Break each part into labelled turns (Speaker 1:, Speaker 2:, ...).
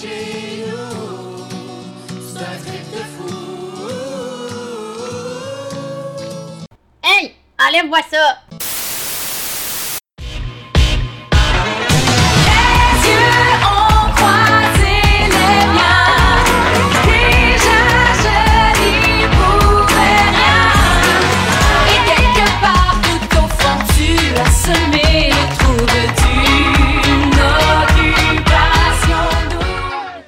Speaker 1: chez nous. C'est un trip de fou.
Speaker 2: Hey! Enlève-moi ça!
Speaker 1: Les yeux ont croisé les miens. Déjà je n'y pouvais rien. Et quelque part tout au fond tu as semé. Trouves-tu une occupation douce?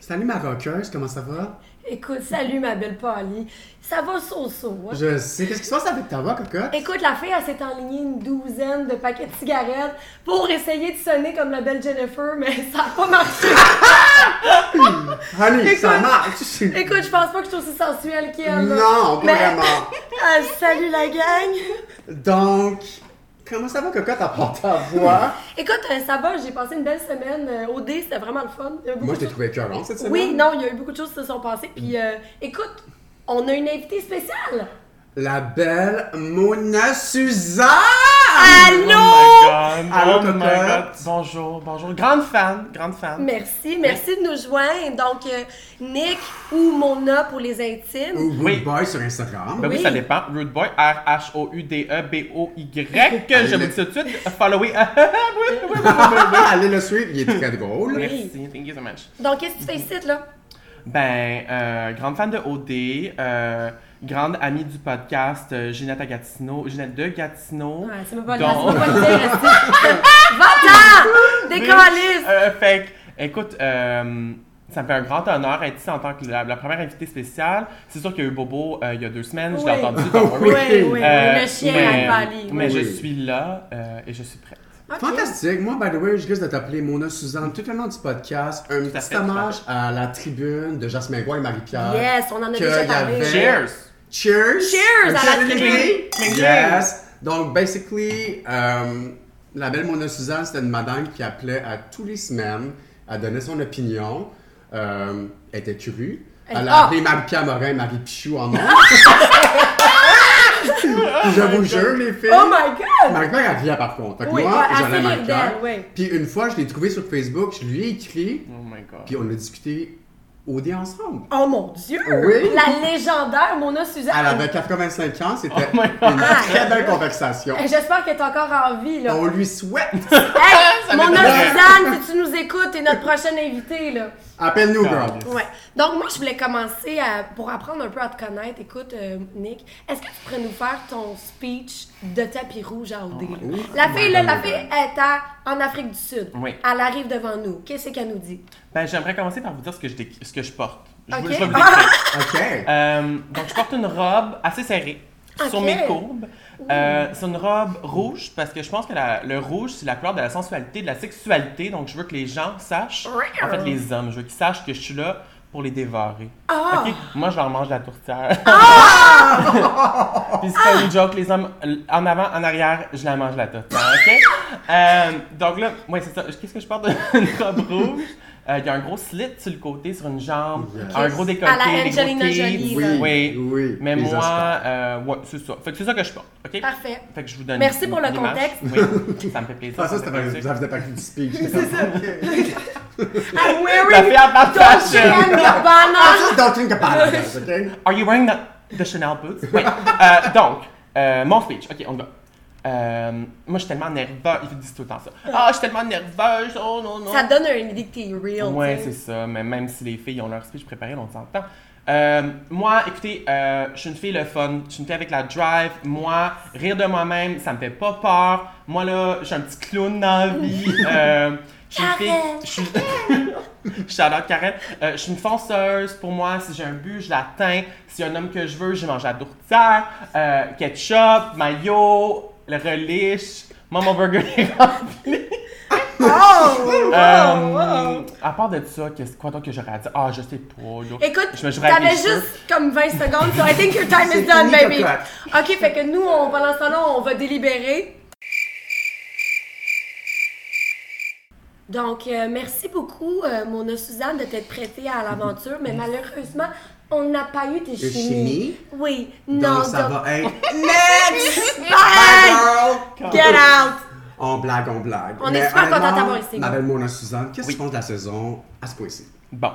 Speaker 3: Salut ma rockeuse, comment ça va?
Speaker 4: Écoute, salut ma belle Polly. Ça va so-so. hein?
Speaker 3: Je sais. Qu'est-ce qui se passe avec ta voix, cocotte?
Speaker 4: Écoute, la fille, elle s'est enlignée une douzaine de paquets de cigarettes pour essayer de sonner comme la belle Jennifer, mais ça n'a pas marché.
Speaker 3: Allez, ça
Speaker 4: Écoute-
Speaker 3: marche!
Speaker 4: Écoute, je pense pas que je suis aussi sensuelle qu'elle. là.
Speaker 3: Non, pas
Speaker 4: Mais-
Speaker 3: vraiment.
Speaker 4: Ah, salut la gang.
Speaker 3: Donc, comment ça va, cocotte, à part ta voix?
Speaker 4: Écoute, euh, ça va, j'ai passé une belle semaine euh, au dé, c'était vraiment le fun. Il y a beaucoup
Speaker 3: Moi,
Speaker 4: de
Speaker 3: je t'ai
Speaker 4: choses-
Speaker 3: trouvé Mm. écœurant cette semaine.
Speaker 4: Oui, non, il y a eu beaucoup de choses qui se sont passées. Puis, euh, écoute, on a une invitée spéciale.
Speaker 3: La belle Mona Suzanne! Ah!
Speaker 4: Allô?
Speaker 5: God.
Speaker 3: Allô,
Speaker 5: oh my
Speaker 3: Cocotte.
Speaker 5: God. Bonjour, bonjour. Grande fan, grande fan.
Speaker 4: Merci, merci de nous joindre. Donc, euh, Nick ou Mona pour les intimes.
Speaker 3: Ou Rude
Speaker 5: Oui.
Speaker 3: Boy sur Instagram.
Speaker 5: Ben oui.
Speaker 4: Oui.
Speaker 5: ça dépend. Rude Boy, E R-H-O-U-D-E-B-O-Y. Je vous dis tout de suite, followez.
Speaker 3: Allez le suivre, il est très drôle.
Speaker 5: Merci, thank you so much.
Speaker 4: Donc, qu'est-ce que tu fais ici, là?
Speaker 5: Ben, euh, grande fan de OD, euh, grande amie du podcast euh, Ginette à Gatineau, Ginette de Gatineau.
Speaker 4: Ouais, c'est même pas
Speaker 5: Donc-
Speaker 4: grave, c'est même pas le dire, c'est- Va-t'en! Décalisse!
Speaker 5: Euh, fait que, écoute, euh, ça me fait un grand honneur d'être ici en tant que la, la première invitée spéciale. C'est sûr qu'il y a eu Bobo euh, il y a deux semaines, je l'ai
Speaker 4: Oui.
Speaker 5: entendu. donc,
Speaker 4: Oui,
Speaker 3: oui.
Speaker 4: oui, oui,
Speaker 5: Euh,
Speaker 4: le chien
Speaker 5: mais,
Speaker 4: à Bali.
Speaker 5: Mais
Speaker 3: Oui.
Speaker 5: je suis là euh, et je suis prête.
Speaker 4: Ok.
Speaker 3: Fantastique. Moi, by the way, je risque de t'appeler Mona Suzanne tout le long du podcast. Un
Speaker 5: Tout à
Speaker 3: petit
Speaker 5: fait, tout à
Speaker 3: hommage à la tribune de Jasmin Roy et Marie-Pierre.
Speaker 4: Yes, on en a
Speaker 3: Que
Speaker 4: déjà
Speaker 3: y
Speaker 4: parlé.
Speaker 3: avait-
Speaker 5: Cheers!
Speaker 3: Cheers!
Speaker 4: Cheers à la
Speaker 3: Cheers!
Speaker 5: tribune!
Speaker 3: Yes! Donc, basically, euh, la belle Mona Suzanne, c'était une madame qui appelait à tous les semaines, à donner son opinion. Euh, elle était crue. Elle a
Speaker 4: Ah!
Speaker 3: appelé Marie-Pierre Morin, Marie-Pichou en nom. je vous jure, les filles.
Speaker 4: Oh my god!
Speaker 3: Marie-Pierre, elle riait par contre. Fait que
Speaker 4: Oui,
Speaker 3: moi,
Speaker 4: ouais, elle
Speaker 3: j'allais à
Speaker 4: fait rire
Speaker 3: Marie-Pierre.
Speaker 4: d'elle, ouais.
Speaker 3: Puis une fois, je l'ai trouvée sur Facebook, je lui ai écrit,
Speaker 5: Oh my god.
Speaker 3: puis on a discuté au dé ensemble.
Speaker 4: Oh mon dieu!
Speaker 3: Oui.
Speaker 4: La légendaire Mona
Speaker 3: Elle
Speaker 4: Suzanne.
Speaker 3: avait 85 ans, c'était
Speaker 5: Oh my God.
Speaker 3: une très belle conversation.
Speaker 4: Hey, Eh, J'espère qu'elle est encore en vie, là.
Speaker 3: On lui souhaite.
Speaker 4: Hey, Mona
Speaker 3: m'étonnerait.
Speaker 4: Suzanne, si tu nous écoutes, t'es notre prochaine invitée, là.
Speaker 3: Appelle-nous, girl.
Speaker 4: Ouais. Donc, moi, je voulais commencer à- pour apprendre un peu à te connaître. Écoute, euh, Nick, est-ce que tu pourrais nous faire ton speech de tapis rouge à OD? là?
Speaker 3: my
Speaker 4: la
Speaker 3: God.
Speaker 4: fille, là, la fille est à- en Afrique du Sud.
Speaker 5: Oui.
Speaker 4: Elle arrive devant nous. Qu'est-ce qu'elle nous dit?
Speaker 5: Ben, j'aimerais commencer par vous dire ce que je, déc- ce que je porte. Je, vous-
Speaker 4: Ok.
Speaker 5: je vais vous décrire.
Speaker 3: OK.
Speaker 5: Euh, donc, je porte une robe assez serrée sur
Speaker 4: Ok.
Speaker 5: mes courbes. Euh, c'est une robe rouge parce que je pense que la- le rouge, c'est la couleur de la sensualité, de la sexualité. Donc, je veux que les gens sachent, en fait, les hommes, je veux qu'ils sachent que je suis là pour les dévorer.
Speaker 4: Ah!
Speaker 5: Ok? Moi, je leur mange la tourtière. Puis, c'est
Speaker 4: Ah!
Speaker 5: pas une joke, les hommes, l- en avant, en arrière, je la mange la tourtière. OK? Euh, donc là, ouais, c'est ça. Qu'est-ce que je porte? une robe rouge. Euh, Il y a un gros slit sur le côté, sur une jambe,
Speaker 3: Yes.
Speaker 5: un gros décolleté,
Speaker 4: À la
Speaker 5: des gros
Speaker 4: Angelina
Speaker 5: tits.
Speaker 4: Jolie,
Speaker 3: oui,
Speaker 4: euh,
Speaker 5: Oui,
Speaker 3: oui.
Speaker 5: Mais
Speaker 3: les
Speaker 5: moi,
Speaker 3: Oscars.
Speaker 5: euh, ouais, c'est ça. Fait que c'est ça que je porte, ok?
Speaker 4: Parfait.
Speaker 5: Fait que je vous donne
Speaker 4: Merci
Speaker 5: une-
Speaker 4: pour le
Speaker 5: une image.
Speaker 4: contexte.
Speaker 5: Oui, ça me fait plaisir.
Speaker 3: Ah, ça,
Speaker 5: me
Speaker 3: c'était
Speaker 5: fait
Speaker 3: pas-
Speaker 5: plaisir.
Speaker 3: ça faisait partie du speech. C'est ça.
Speaker 4: I'm
Speaker 5: La
Speaker 4: wearing
Speaker 5: fille à partage.
Speaker 4: Chanel Gabbana.
Speaker 3: Just don't think
Speaker 4: Ah,
Speaker 3: about it, OK?
Speaker 5: Are you wearing the, the Chanel boots? Oui. Euh, donc, euh, mon speech. Ok, on y va. Euh, moi, je suis tellement nerveuse. Ils disent tout le temps ça. Ah, je suis tellement nerveuse. Oh non, non.
Speaker 4: Ça donne une idée que t'es real.
Speaker 5: Ouais,
Speaker 4: tu sais.
Speaker 5: c'est ça. Mais même si les filles ont leur speech préparé, on s'entend. Euh, moi, écoutez, euh, je suis une fille le fun. Je suis une fille avec la drive. Moi, rire de moi-même, ça me fait pas peur. Moi, là, je suis un petit clown dans la vie. Euh, je suis une fille. Je suis. Shout out, Karen. Euh, je suis une fonceuse. Pour moi, si j'ai un but, je l'atteins. Si un homme que je veux, je mange la tourtière, euh, ketchup, mayo, le relish. Moi, mon burger est rempli.
Speaker 4: Oh!
Speaker 5: Euh, À part de ça, qu'est-ce quoi d'autre que j'aurais à dire? Ah, je sais pas. là.
Speaker 4: Écoute,
Speaker 5: je me jouerais avec
Speaker 4: t'avais
Speaker 5: les cheveux.
Speaker 4: juste comme 20 secondes, so I think your time
Speaker 3: C'est
Speaker 4: is done,
Speaker 3: fini,
Speaker 4: baby.
Speaker 3: cocotte.
Speaker 4: OK, fait que nous, on, pendant ce temps-là, on va délibérer. Donc, euh, merci beaucoup, euh, Mona Suzanne, de t'être prêtée à l'aventure, mais malheureusement, on n'a pas eu tes
Speaker 3: Tes
Speaker 4: chimies.
Speaker 3: chimies?
Speaker 4: Oui, non,
Speaker 3: Donc, ça
Speaker 4: donc-
Speaker 3: va être...
Speaker 4: Next!
Speaker 3: Bye, girl!
Speaker 4: Get out!
Speaker 3: On blague, on blague.
Speaker 4: On est super
Speaker 3: honnêtement,
Speaker 4: contente d'avoir été.
Speaker 3: Ma belle Mona Suzanne, qu'est-ce que
Speaker 5: Oui.
Speaker 3: tu penses de la saison à ce point-ci?
Speaker 5: Bon.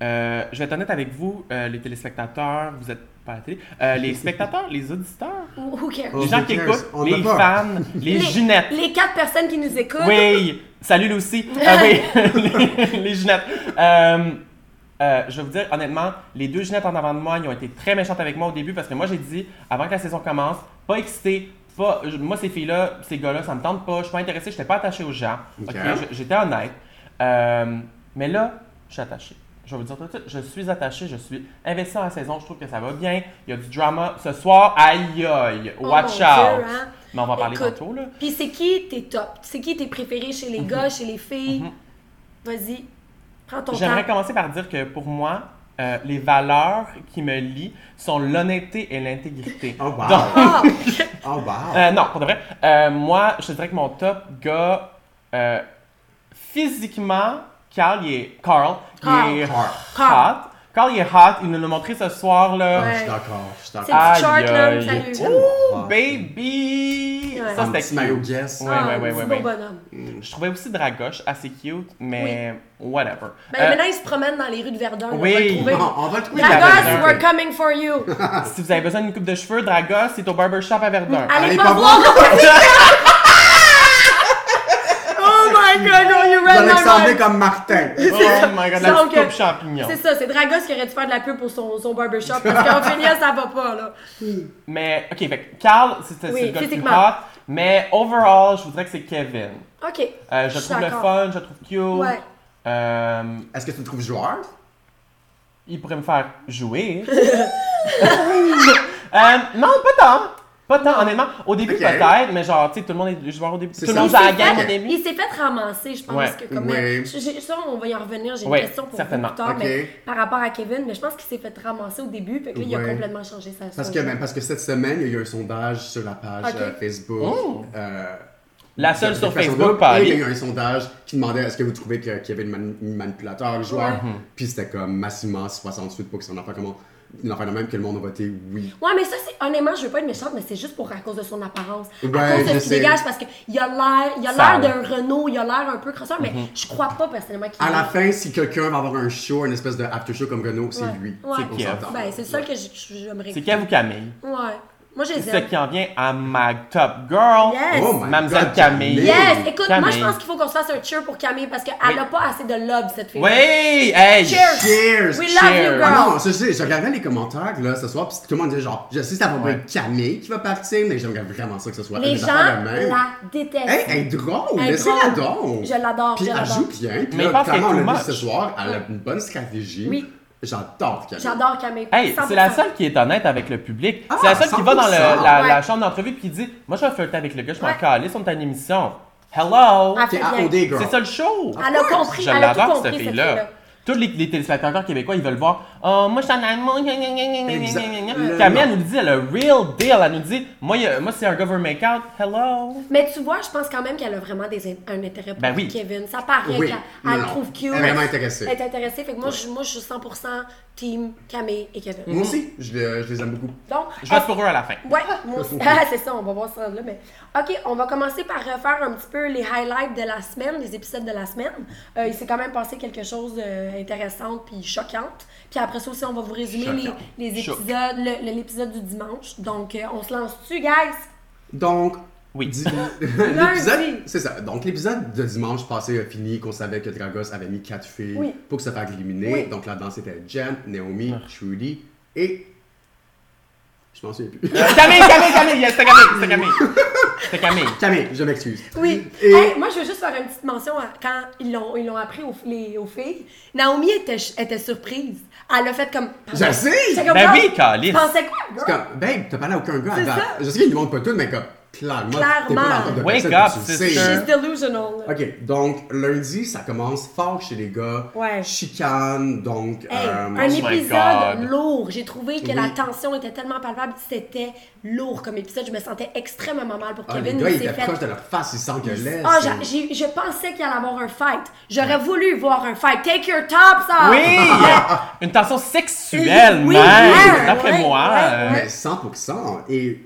Speaker 5: Euh, je vais être honnête avec vous, euh, les téléspectateurs, vous êtes pas à la télé, euh, les spectateurs, les auditeurs,
Speaker 4: Who cares?
Speaker 3: Oh,
Speaker 5: les gens
Speaker 3: who
Speaker 5: qui
Speaker 3: cares?
Speaker 5: écoutent,
Speaker 3: On
Speaker 5: les
Speaker 3: n'a pas.
Speaker 5: fans, les Junettes.
Speaker 4: Les quatre personnes qui nous écoutent.
Speaker 5: Oui! Salut Lucie! Ah oui! les, les Ginettes. Euh, euh, je vais vous dire, honnêtement, les deux Ginettes en avant de moi, ils ont été très méchantes avec moi au début parce que moi, j'ai dit, avant que la saison commence, pas excité, pas, je- moi, ces filles-là, ces gars-là, ça me tente pas, je suis pas intéressée, j'étais pas attachée aux gens.
Speaker 3: Ok.
Speaker 5: Ok, je- J'étais honnête. Euh, mais là, je suis attachée. Je vais vous dire tout de suite, je suis attachée, je suis investie dans la saison, je trouve que ça va bien, il y a du drama. Ce soir, aïe aïe,
Speaker 4: Oh
Speaker 5: watch
Speaker 4: mon Dieu,
Speaker 5: out!
Speaker 4: hein.
Speaker 5: Mais on va parler
Speaker 4: Écoute,
Speaker 5: tantôt, là. Mhm.
Speaker 4: Puis c'est qui tes top? C'est qui tes préférés chez les gars, chez les filles? Vas-y, prends ton
Speaker 5: J'aimerais
Speaker 4: temps.
Speaker 5: commencer par dire que pour moi, euh, les valeurs qui me lient sont l'honnêteté et l'intégrité.
Speaker 3: Oh, wow.
Speaker 5: Donc-
Speaker 4: Ah!
Speaker 3: Oh, wow!
Speaker 5: Euh, non, pour de vrai. euh, moi, je te dirais que mon top gars, euh, physiquement, Carl, il est... Carl,
Speaker 4: Carl.
Speaker 5: il est
Speaker 3: Carl.
Speaker 5: hot. Carl, il est hot. Il nous l'a montré ce soir, là.
Speaker 3: Ah, Je
Speaker 4: Ouais.
Speaker 3: suis d'accord, je suis
Speaker 4: c'est le
Speaker 3: d'accord.
Speaker 4: petit short, là.
Speaker 5: Aïe,
Speaker 4: Salut.
Speaker 5: aïe.
Speaker 4: Ouh,
Speaker 5: Oh, baby!
Speaker 4: Ouais.
Speaker 5: Ça,
Speaker 3: Un petit
Speaker 5: c'était
Speaker 3: maillot
Speaker 5: cute.
Speaker 3: guess.
Speaker 5: Ouais,
Speaker 4: ah,
Speaker 5: ouais,
Speaker 4: un
Speaker 5: ouais,
Speaker 4: petit
Speaker 5: ouais,
Speaker 4: beau
Speaker 5: ouais.
Speaker 4: bonhomme. Ben,
Speaker 5: Je trouvais aussi Dragoche assez cute, mais whatever.
Speaker 4: Ben,
Speaker 5: Euh,
Speaker 4: maintenant, il se promène dans les rues de Verdun.
Speaker 5: Oui.
Speaker 4: On va le trouver.
Speaker 3: On, on va le trouver.
Speaker 5: La
Speaker 3: la
Speaker 5: gosse,
Speaker 4: Dragos,
Speaker 3: raison.
Speaker 5: Verdun.
Speaker 4: we're coming for you.
Speaker 5: si vous avez besoin d'une coupe de cheveux, Dragos, c'est au barbershop à Verdun.
Speaker 4: Allez pas voir. Oh my god, no, you
Speaker 3: Vous
Speaker 4: read
Speaker 3: allez
Speaker 4: my
Speaker 3: ressembler
Speaker 4: mind.
Speaker 3: comme Martin.
Speaker 5: Oh my god, la
Speaker 4: Donc,
Speaker 5: petite coupe
Speaker 4: euh,
Speaker 5: champignon.
Speaker 4: C'est ça, c'est Dragos qui aurait dû faire de la pub pour son, son barbershop parce qu'Ophélia, ça va pas, là.
Speaker 5: Mais, ok, fait que Carl, c'est c'est
Speaker 4: Oui,
Speaker 5: le gars le plus
Speaker 4: physiquement.
Speaker 5: hot. Mais overall, je vous dirais que c'est Kevin.
Speaker 4: OK.
Speaker 5: Euh, je
Speaker 4: suis
Speaker 5: trouve le
Speaker 4: d'accord.
Speaker 5: fun, je le trouve cute.
Speaker 4: Ouais.
Speaker 5: Euh,
Speaker 3: Est-ce que tu le trouves joueur?
Speaker 5: il pourrait me faire jouer. Euh, non, pas tant. Pas tant, honnêtement. Au début,
Speaker 3: Ok.
Speaker 5: peut-être, mais genre, tu sais, tout le monde est joueur au début. Tout
Speaker 3: C'est
Speaker 5: le
Speaker 3: ça.
Speaker 5: monde joue
Speaker 3: Il
Speaker 5: à la
Speaker 4: s'est
Speaker 5: gang
Speaker 4: fait-
Speaker 5: au début.
Speaker 4: Il s'est fait ramasser, je pense
Speaker 5: Ouais.
Speaker 4: que comme
Speaker 3: Oui.
Speaker 4: je- je- ça, on va y en revenir. J'ai
Speaker 5: Oui,
Speaker 4: une question pour vous
Speaker 5: certainement.
Speaker 4: plus tard,
Speaker 3: Ok.
Speaker 4: mais par rapport à Kevin, mais je pense qu'il s'est fait ramasser au début, fait que là, il a
Speaker 3: Ouais.
Speaker 4: complètement changé sa
Speaker 3: Parce
Speaker 4: sauce.
Speaker 3: que, ben, parce que cette semaine, il y a eu un sondage sur la page
Speaker 4: Ok.
Speaker 3: euh, Facebook.
Speaker 5: Oh.
Speaker 3: euh,
Speaker 5: La
Speaker 3: de
Speaker 5: seule sur
Speaker 3: Réflexion
Speaker 5: Facebook,
Speaker 3: Group,
Speaker 5: pas
Speaker 3: et Il y a eu
Speaker 5: aller.
Speaker 3: un sondage qui demandait est-ce que vous trouvez que- qu'il y avait une man- une manipulateur, le joueur.
Speaker 5: Mhm.
Speaker 3: Puis c'était comme massivement 68 pour que son enfant, comment. Une affaire de même que le monde a voté oui.
Speaker 4: Ouais, mais ça, c'est honnêtement, je veux pas être méchante, mais c'est juste pour à cause de son apparence. à
Speaker 3: Ouais, je
Speaker 4: cause de ce qu'il
Speaker 3: sais.
Speaker 4: dégage, parce qu'il a l'air il a l'air
Speaker 5: Sale.
Speaker 4: d'un Renault, il a l'air un peu crosseur, mais
Speaker 5: Mm-hmm.
Speaker 4: je crois pas personnellement qu'il
Speaker 3: À la fin, si quelqu'un va avoir un show, une espèce de after show comme Renault, c'est
Speaker 4: Ouais.
Speaker 3: lui.
Speaker 4: Ouais.
Speaker 5: C'est hein?
Speaker 3: On
Speaker 5: Kev.
Speaker 3: s'entend.
Speaker 4: Ben, c'est le seul que je- je- j'aimerais.
Speaker 5: C'est Kev ou Camille.
Speaker 4: Ouais. Moi, je les
Speaker 5: C'est ce
Speaker 4: aime.
Speaker 5: qui en vient à ma top girl.
Speaker 4: Yes.
Speaker 3: Oh my
Speaker 5: Mademoiselle
Speaker 3: God,
Speaker 5: Camille.
Speaker 4: Yes! Écoute, moi, je
Speaker 5: Camille.
Speaker 4: pense qu'il faut qu'on se fasse un cheer pour Camille parce qu'elle
Speaker 5: Oui.
Speaker 4: a pas assez de love, cette fille.
Speaker 5: Oui! Hey!
Speaker 4: Cheers!
Speaker 3: Cheers!
Speaker 4: We love you,
Speaker 5: Cheers.
Speaker 4: girl!
Speaker 3: Ah non, ça, je, sais, je regardais les commentaires là, ce soir, puis tout le monde disait genre, je sais ça va
Speaker 5: Ouais.
Speaker 3: être Camille qui va partir, mais j'aimerais vraiment ça que ce soit
Speaker 4: Les
Speaker 3: une
Speaker 4: gens
Speaker 3: affaire de même.
Speaker 4: la détestent.
Speaker 3: Hey, elle est drôle,
Speaker 4: Elle est
Speaker 3: laissez-la
Speaker 4: drôle.
Speaker 3: donc.
Speaker 4: Je l'adore,
Speaker 3: Puis
Speaker 4: je
Speaker 3: elle
Speaker 4: l'adore.
Speaker 3: joue bien, puis
Speaker 5: Mais
Speaker 3: là,
Speaker 5: je pense qu'elle
Speaker 3: notamment, on
Speaker 5: est too
Speaker 3: l'a vu ce
Speaker 5: much.
Speaker 3: soir, elle a une bonne stratégie.
Speaker 4: Oui.
Speaker 3: J'adore Camille.
Speaker 4: J'adore Camille.
Speaker 5: Hey,
Speaker 4: 100%.
Speaker 5: c'est la seule qui est honnête avec le public. c'est
Speaker 3: Ah,
Speaker 5: la seule qui va dans le-
Speaker 3: 100%.
Speaker 5: la, la
Speaker 4: Ouais.
Speaker 5: chambre d'entrevue et qui dit Moi, je vais flirter avec le gars, je m'en
Speaker 4: Ouais.
Speaker 5: calisse, on est à une émission. Hello!
Speaker 4: Elle fait
Speaker 3: T'es
Speaker 4: bien.
Speaker 3: AOD, Ah, girl.
Speaker 5: C'est ça le show!
Speaker 4: Elle a compris,
Speaker 5: Je
Speaker 4: elle a tout
Speaker 5: l'adore,
Speaker 4: compris,
Speaker 5: cette
Speaker 4: cette
Speaker 5: fille-là.
Speaker 4: fille-là.
Speaker 5: Tous les, les téléspectateurs québécois, ils veulent voir Oh, moi, je suis en allemand. gna, gna, gna, gna, gna,
Speaker 3: Exact.
Speaker 5: gna,
Speaker 3: Le-
Speaker 5: gna. Camille, elle nous dit Elle a le real deal. Elle nous dit Moi, il y a- moi c'est un gars veut make out. Hello!
Speaker 4: Mais tu vois, je pense quand même qu'elle a vraiment des, in- un intérêt pour
Speaker 5: Ben oui.
Speaker 4: Kevin. Ça paraît
Speaker 3: Oui.
Speaker 4: qu'elle elle
Speaker 3: Non,
Speaker 4: le trouve cute.
Speaker 3: elle est vraiment intéressée.
Speaker 4: Elle est intéressée. Fait que moi, je, moi, je suis 100% team Camille et Kevin.
Speaker 3: Moi aussi, je, le- je les aime beaucoup.
Speaker 4: Donc,
Speaker 5: Je vote pour eux à la fin.
Speaker 4: ouais, moi aussi. Ah, c'est ça, on va voir ça là. Mais... OK, on va commencer par refaire un petit peu les highlights de la semaine, les épisodes de la semaine. Euh, il s'est quand même passé quelque chose d'intéressant puis choquante. Puis après ça aussi, on va vous résumer les,
Speaker 3: Choquant.
Speaker 4: les
Speaker 5: Choc.
Speaker 4: épisodes, le- le- l'épisode du dimanche. Donc, euh, on se lance dessus, guys!
Speaker 3: Donc,
Speaker 5: Oui.
Speaker 3: di- l'épisode, c'est ça. Donc l'épisode de dimanche passé a fini qu'on savait que Dragos avait mis quatre filles
Speaker 4: Oui.
Speaker 3: pour se faire éliminer.
Speaker 4: Oui.
Speaker 3: Donc là-dedans c'était Jen, Naomi,
Speaker 5: Ah.
Speaker 3: Trudy et je m'en souviens plus.
Speaker 5: Camille, Camille, Camille! Yes, C'était Camille! C'était Camille! C'était Camille!
Speaker 3: Camille, je m'excuse.
Speaker 4: Oui.
Speaker 3: Et-
Speaker 4: Hey, moi, je veux juste faire une petite mention à- quand ils l'ont, ils l'ont appris aux, les- aux filles. Naomi était, ch- était surprise. Elle a fait comme.
Speaker 3: Je sais!
Speaker 4: J'étais comme,
Speaker 5: Ben
Speaker 4: girl,
Speaker 5: oui, calice.
Speaker 4: Tu pensais quoi,
Speaker 3: C'est
Speaker 4: girl?
Speaker 3: comme, babe, t'as parlé à aucun gars
Speaker 4: C'est
Speaker 3: avant.
Speaker 4: ça.
Speaker 3: Je sais qu'ils ne montrent pas tout, mais comme, clairement, t'es pas
Speaker 4: Clairement.
Speaker 3: dans le top de
Speaker 5: Wake
Speaker 3: personnes,
Speaker 5: up,
Speaker 3: tu le
Speaker 5: sister.
Speaker 3: sais. hein.
Speaker 4: She's delusional. là.
Speaker 3: Ok, donc lundi, ça commence fort chez les gars.
Speaker 4: Ouais.
Speaker 3: Chicane, donc.
Speaker 4: Hey,
Speaker 3: euh,
Speaker 4: un
Speaker 5: my
Speaker 4: épisode
Speaker 5: God.
Speaker 4: lourd. J'ai trouvé que la
Speaker 3: Oui.
Speaker 4: tension était tellement palpable. C'était lourd comme épisode. Je me sentais extrêmement mal pour
Speaker 3: ah,
Speaker 4: Kevin.
Speaker 3: les gars,
Speaker 4: mais
Speaker 3: ils
Speaker 4: c'est
Speaker 3: étaient
Speaker 4: fait-
Speaker 3: proches de leur face, ils s'engueulaient.
Speaker 4: Ah,
Speaker 3: c'est-
Speaker 4: j'a- j'ai- je pensais qu'il allait avoir un fight. J'aurais voulu voir un fight. Take your tops off!
Speaker 5: Oui! Une tension
Speaker 4: Ah.
Speaker 5: sexuelle,
Speaker 4: Oui,
Speaker 5: même!
Speaker 4: ouais,
Speaker 5: D'après
Speaker 4: ouais,
Speaker 3: Ben,
Speaker 5: moi.
Speaker 4: ouais,
Speaker 5: euh,
Speaker 4: ouais.
Speaker 3: Mais 100%. Et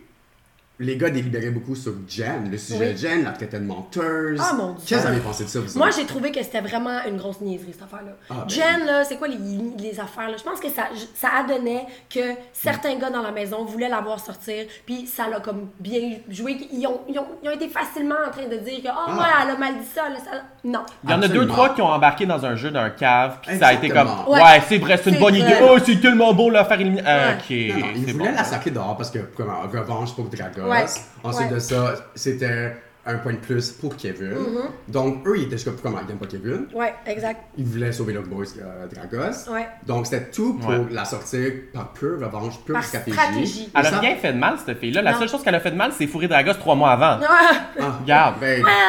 Speaker 3: les gars délibéraient beaucoup sur Jen, le sujet
Speaker 4: Oui.
Speaker 3: de Jen, la traitait de menteuse.
Speaker 4: Ah, mon Dieu.
Speaker 3: Qu'est-ce que vous avez pensé de ça, vous
Speaker 4: Moi,
Speaker 3: autres?
Speaker 4: j'ai trouvé que c'était vraiment une grosse niaiserie, cette affaire-là.
Speaker 3: Ah, ben.
Speaker 4: Jen, là, c'est quoi les, les affaires, là? Je pense que ça, ça adonnait que certains gars dans la maison voulaient la voir sortir, puis ça l'a comme bien joué. Ils ont, ils, ont, ils ont été facilement en train de dire que, oh,
Speaker 3: Ah.
Speaker 4: ouais, elle a mal dit ça, là, ça- Non.
Speaker 5: Il y en a
Speaker 3: Absolument.
Speaker 5: deux, trois qui ont embarqué dans un jeu d'un cave, puis ça a été comme,
Speaker 3: Exactement.
Speaker 5: ouais,
Speaker 4: Ouais.
Speaker 5: c'est vrai, c'est une
Speaker 4: C'est
Speaker 5: bonne
Speaker 4: vrai.
Speaker 5: idée. Oh, c'est tellement beau la faire éliminer.
Speaker 4: Ouais.
Speaker 5: Ok.
Speaker 3: Non, non, ils
Speaker 5: c'est
Speaker 3: voulaient
Speaker 5: bon. hein.
Speaker 3: la sacrer dehors parce que, comme en revanche pour Dragos,
Speaker 4: Ouais.
Speaker 3: ensuite
Speaker 4: Ouais.
Speaker 3: de ça, c'était un point de plus pour Kevin.
Speaker 4: Mm-hmm.
Speaker 3: Donc, eux, ils étaient juste comme, comment, ils n'aiment pas Kevin.
Speaker 4: Ouais, exact.
Speaker 3: Ils voulaient sauver leur boys euh, Dragos.
Speaker 4: Ouais.
Speaker 3: Donc, c'était tout pour
Speaker 5: Ouais.
Speaker 3: la sortir par pure revanche, pure
Speaker 4: Par
Speaker 3: stratégie.
Speaker 4: stratégie.
Speaker 5: Elle
Speaker 3: Et
Speaker 5: a
Speaker 3: ça-
Speaker 5: rien fait de mal, cette fille-là. La
Speaker 4: Non.
Speaker 5: seule chose qu'elle a fait de mal, c'est fourrer Dragos trois mois avant.
Speaker 4: Ah.
Speaker 3: Ah,
Speaker 5: Regarde.
Speaker 3: ben,
Speaker 4: Well,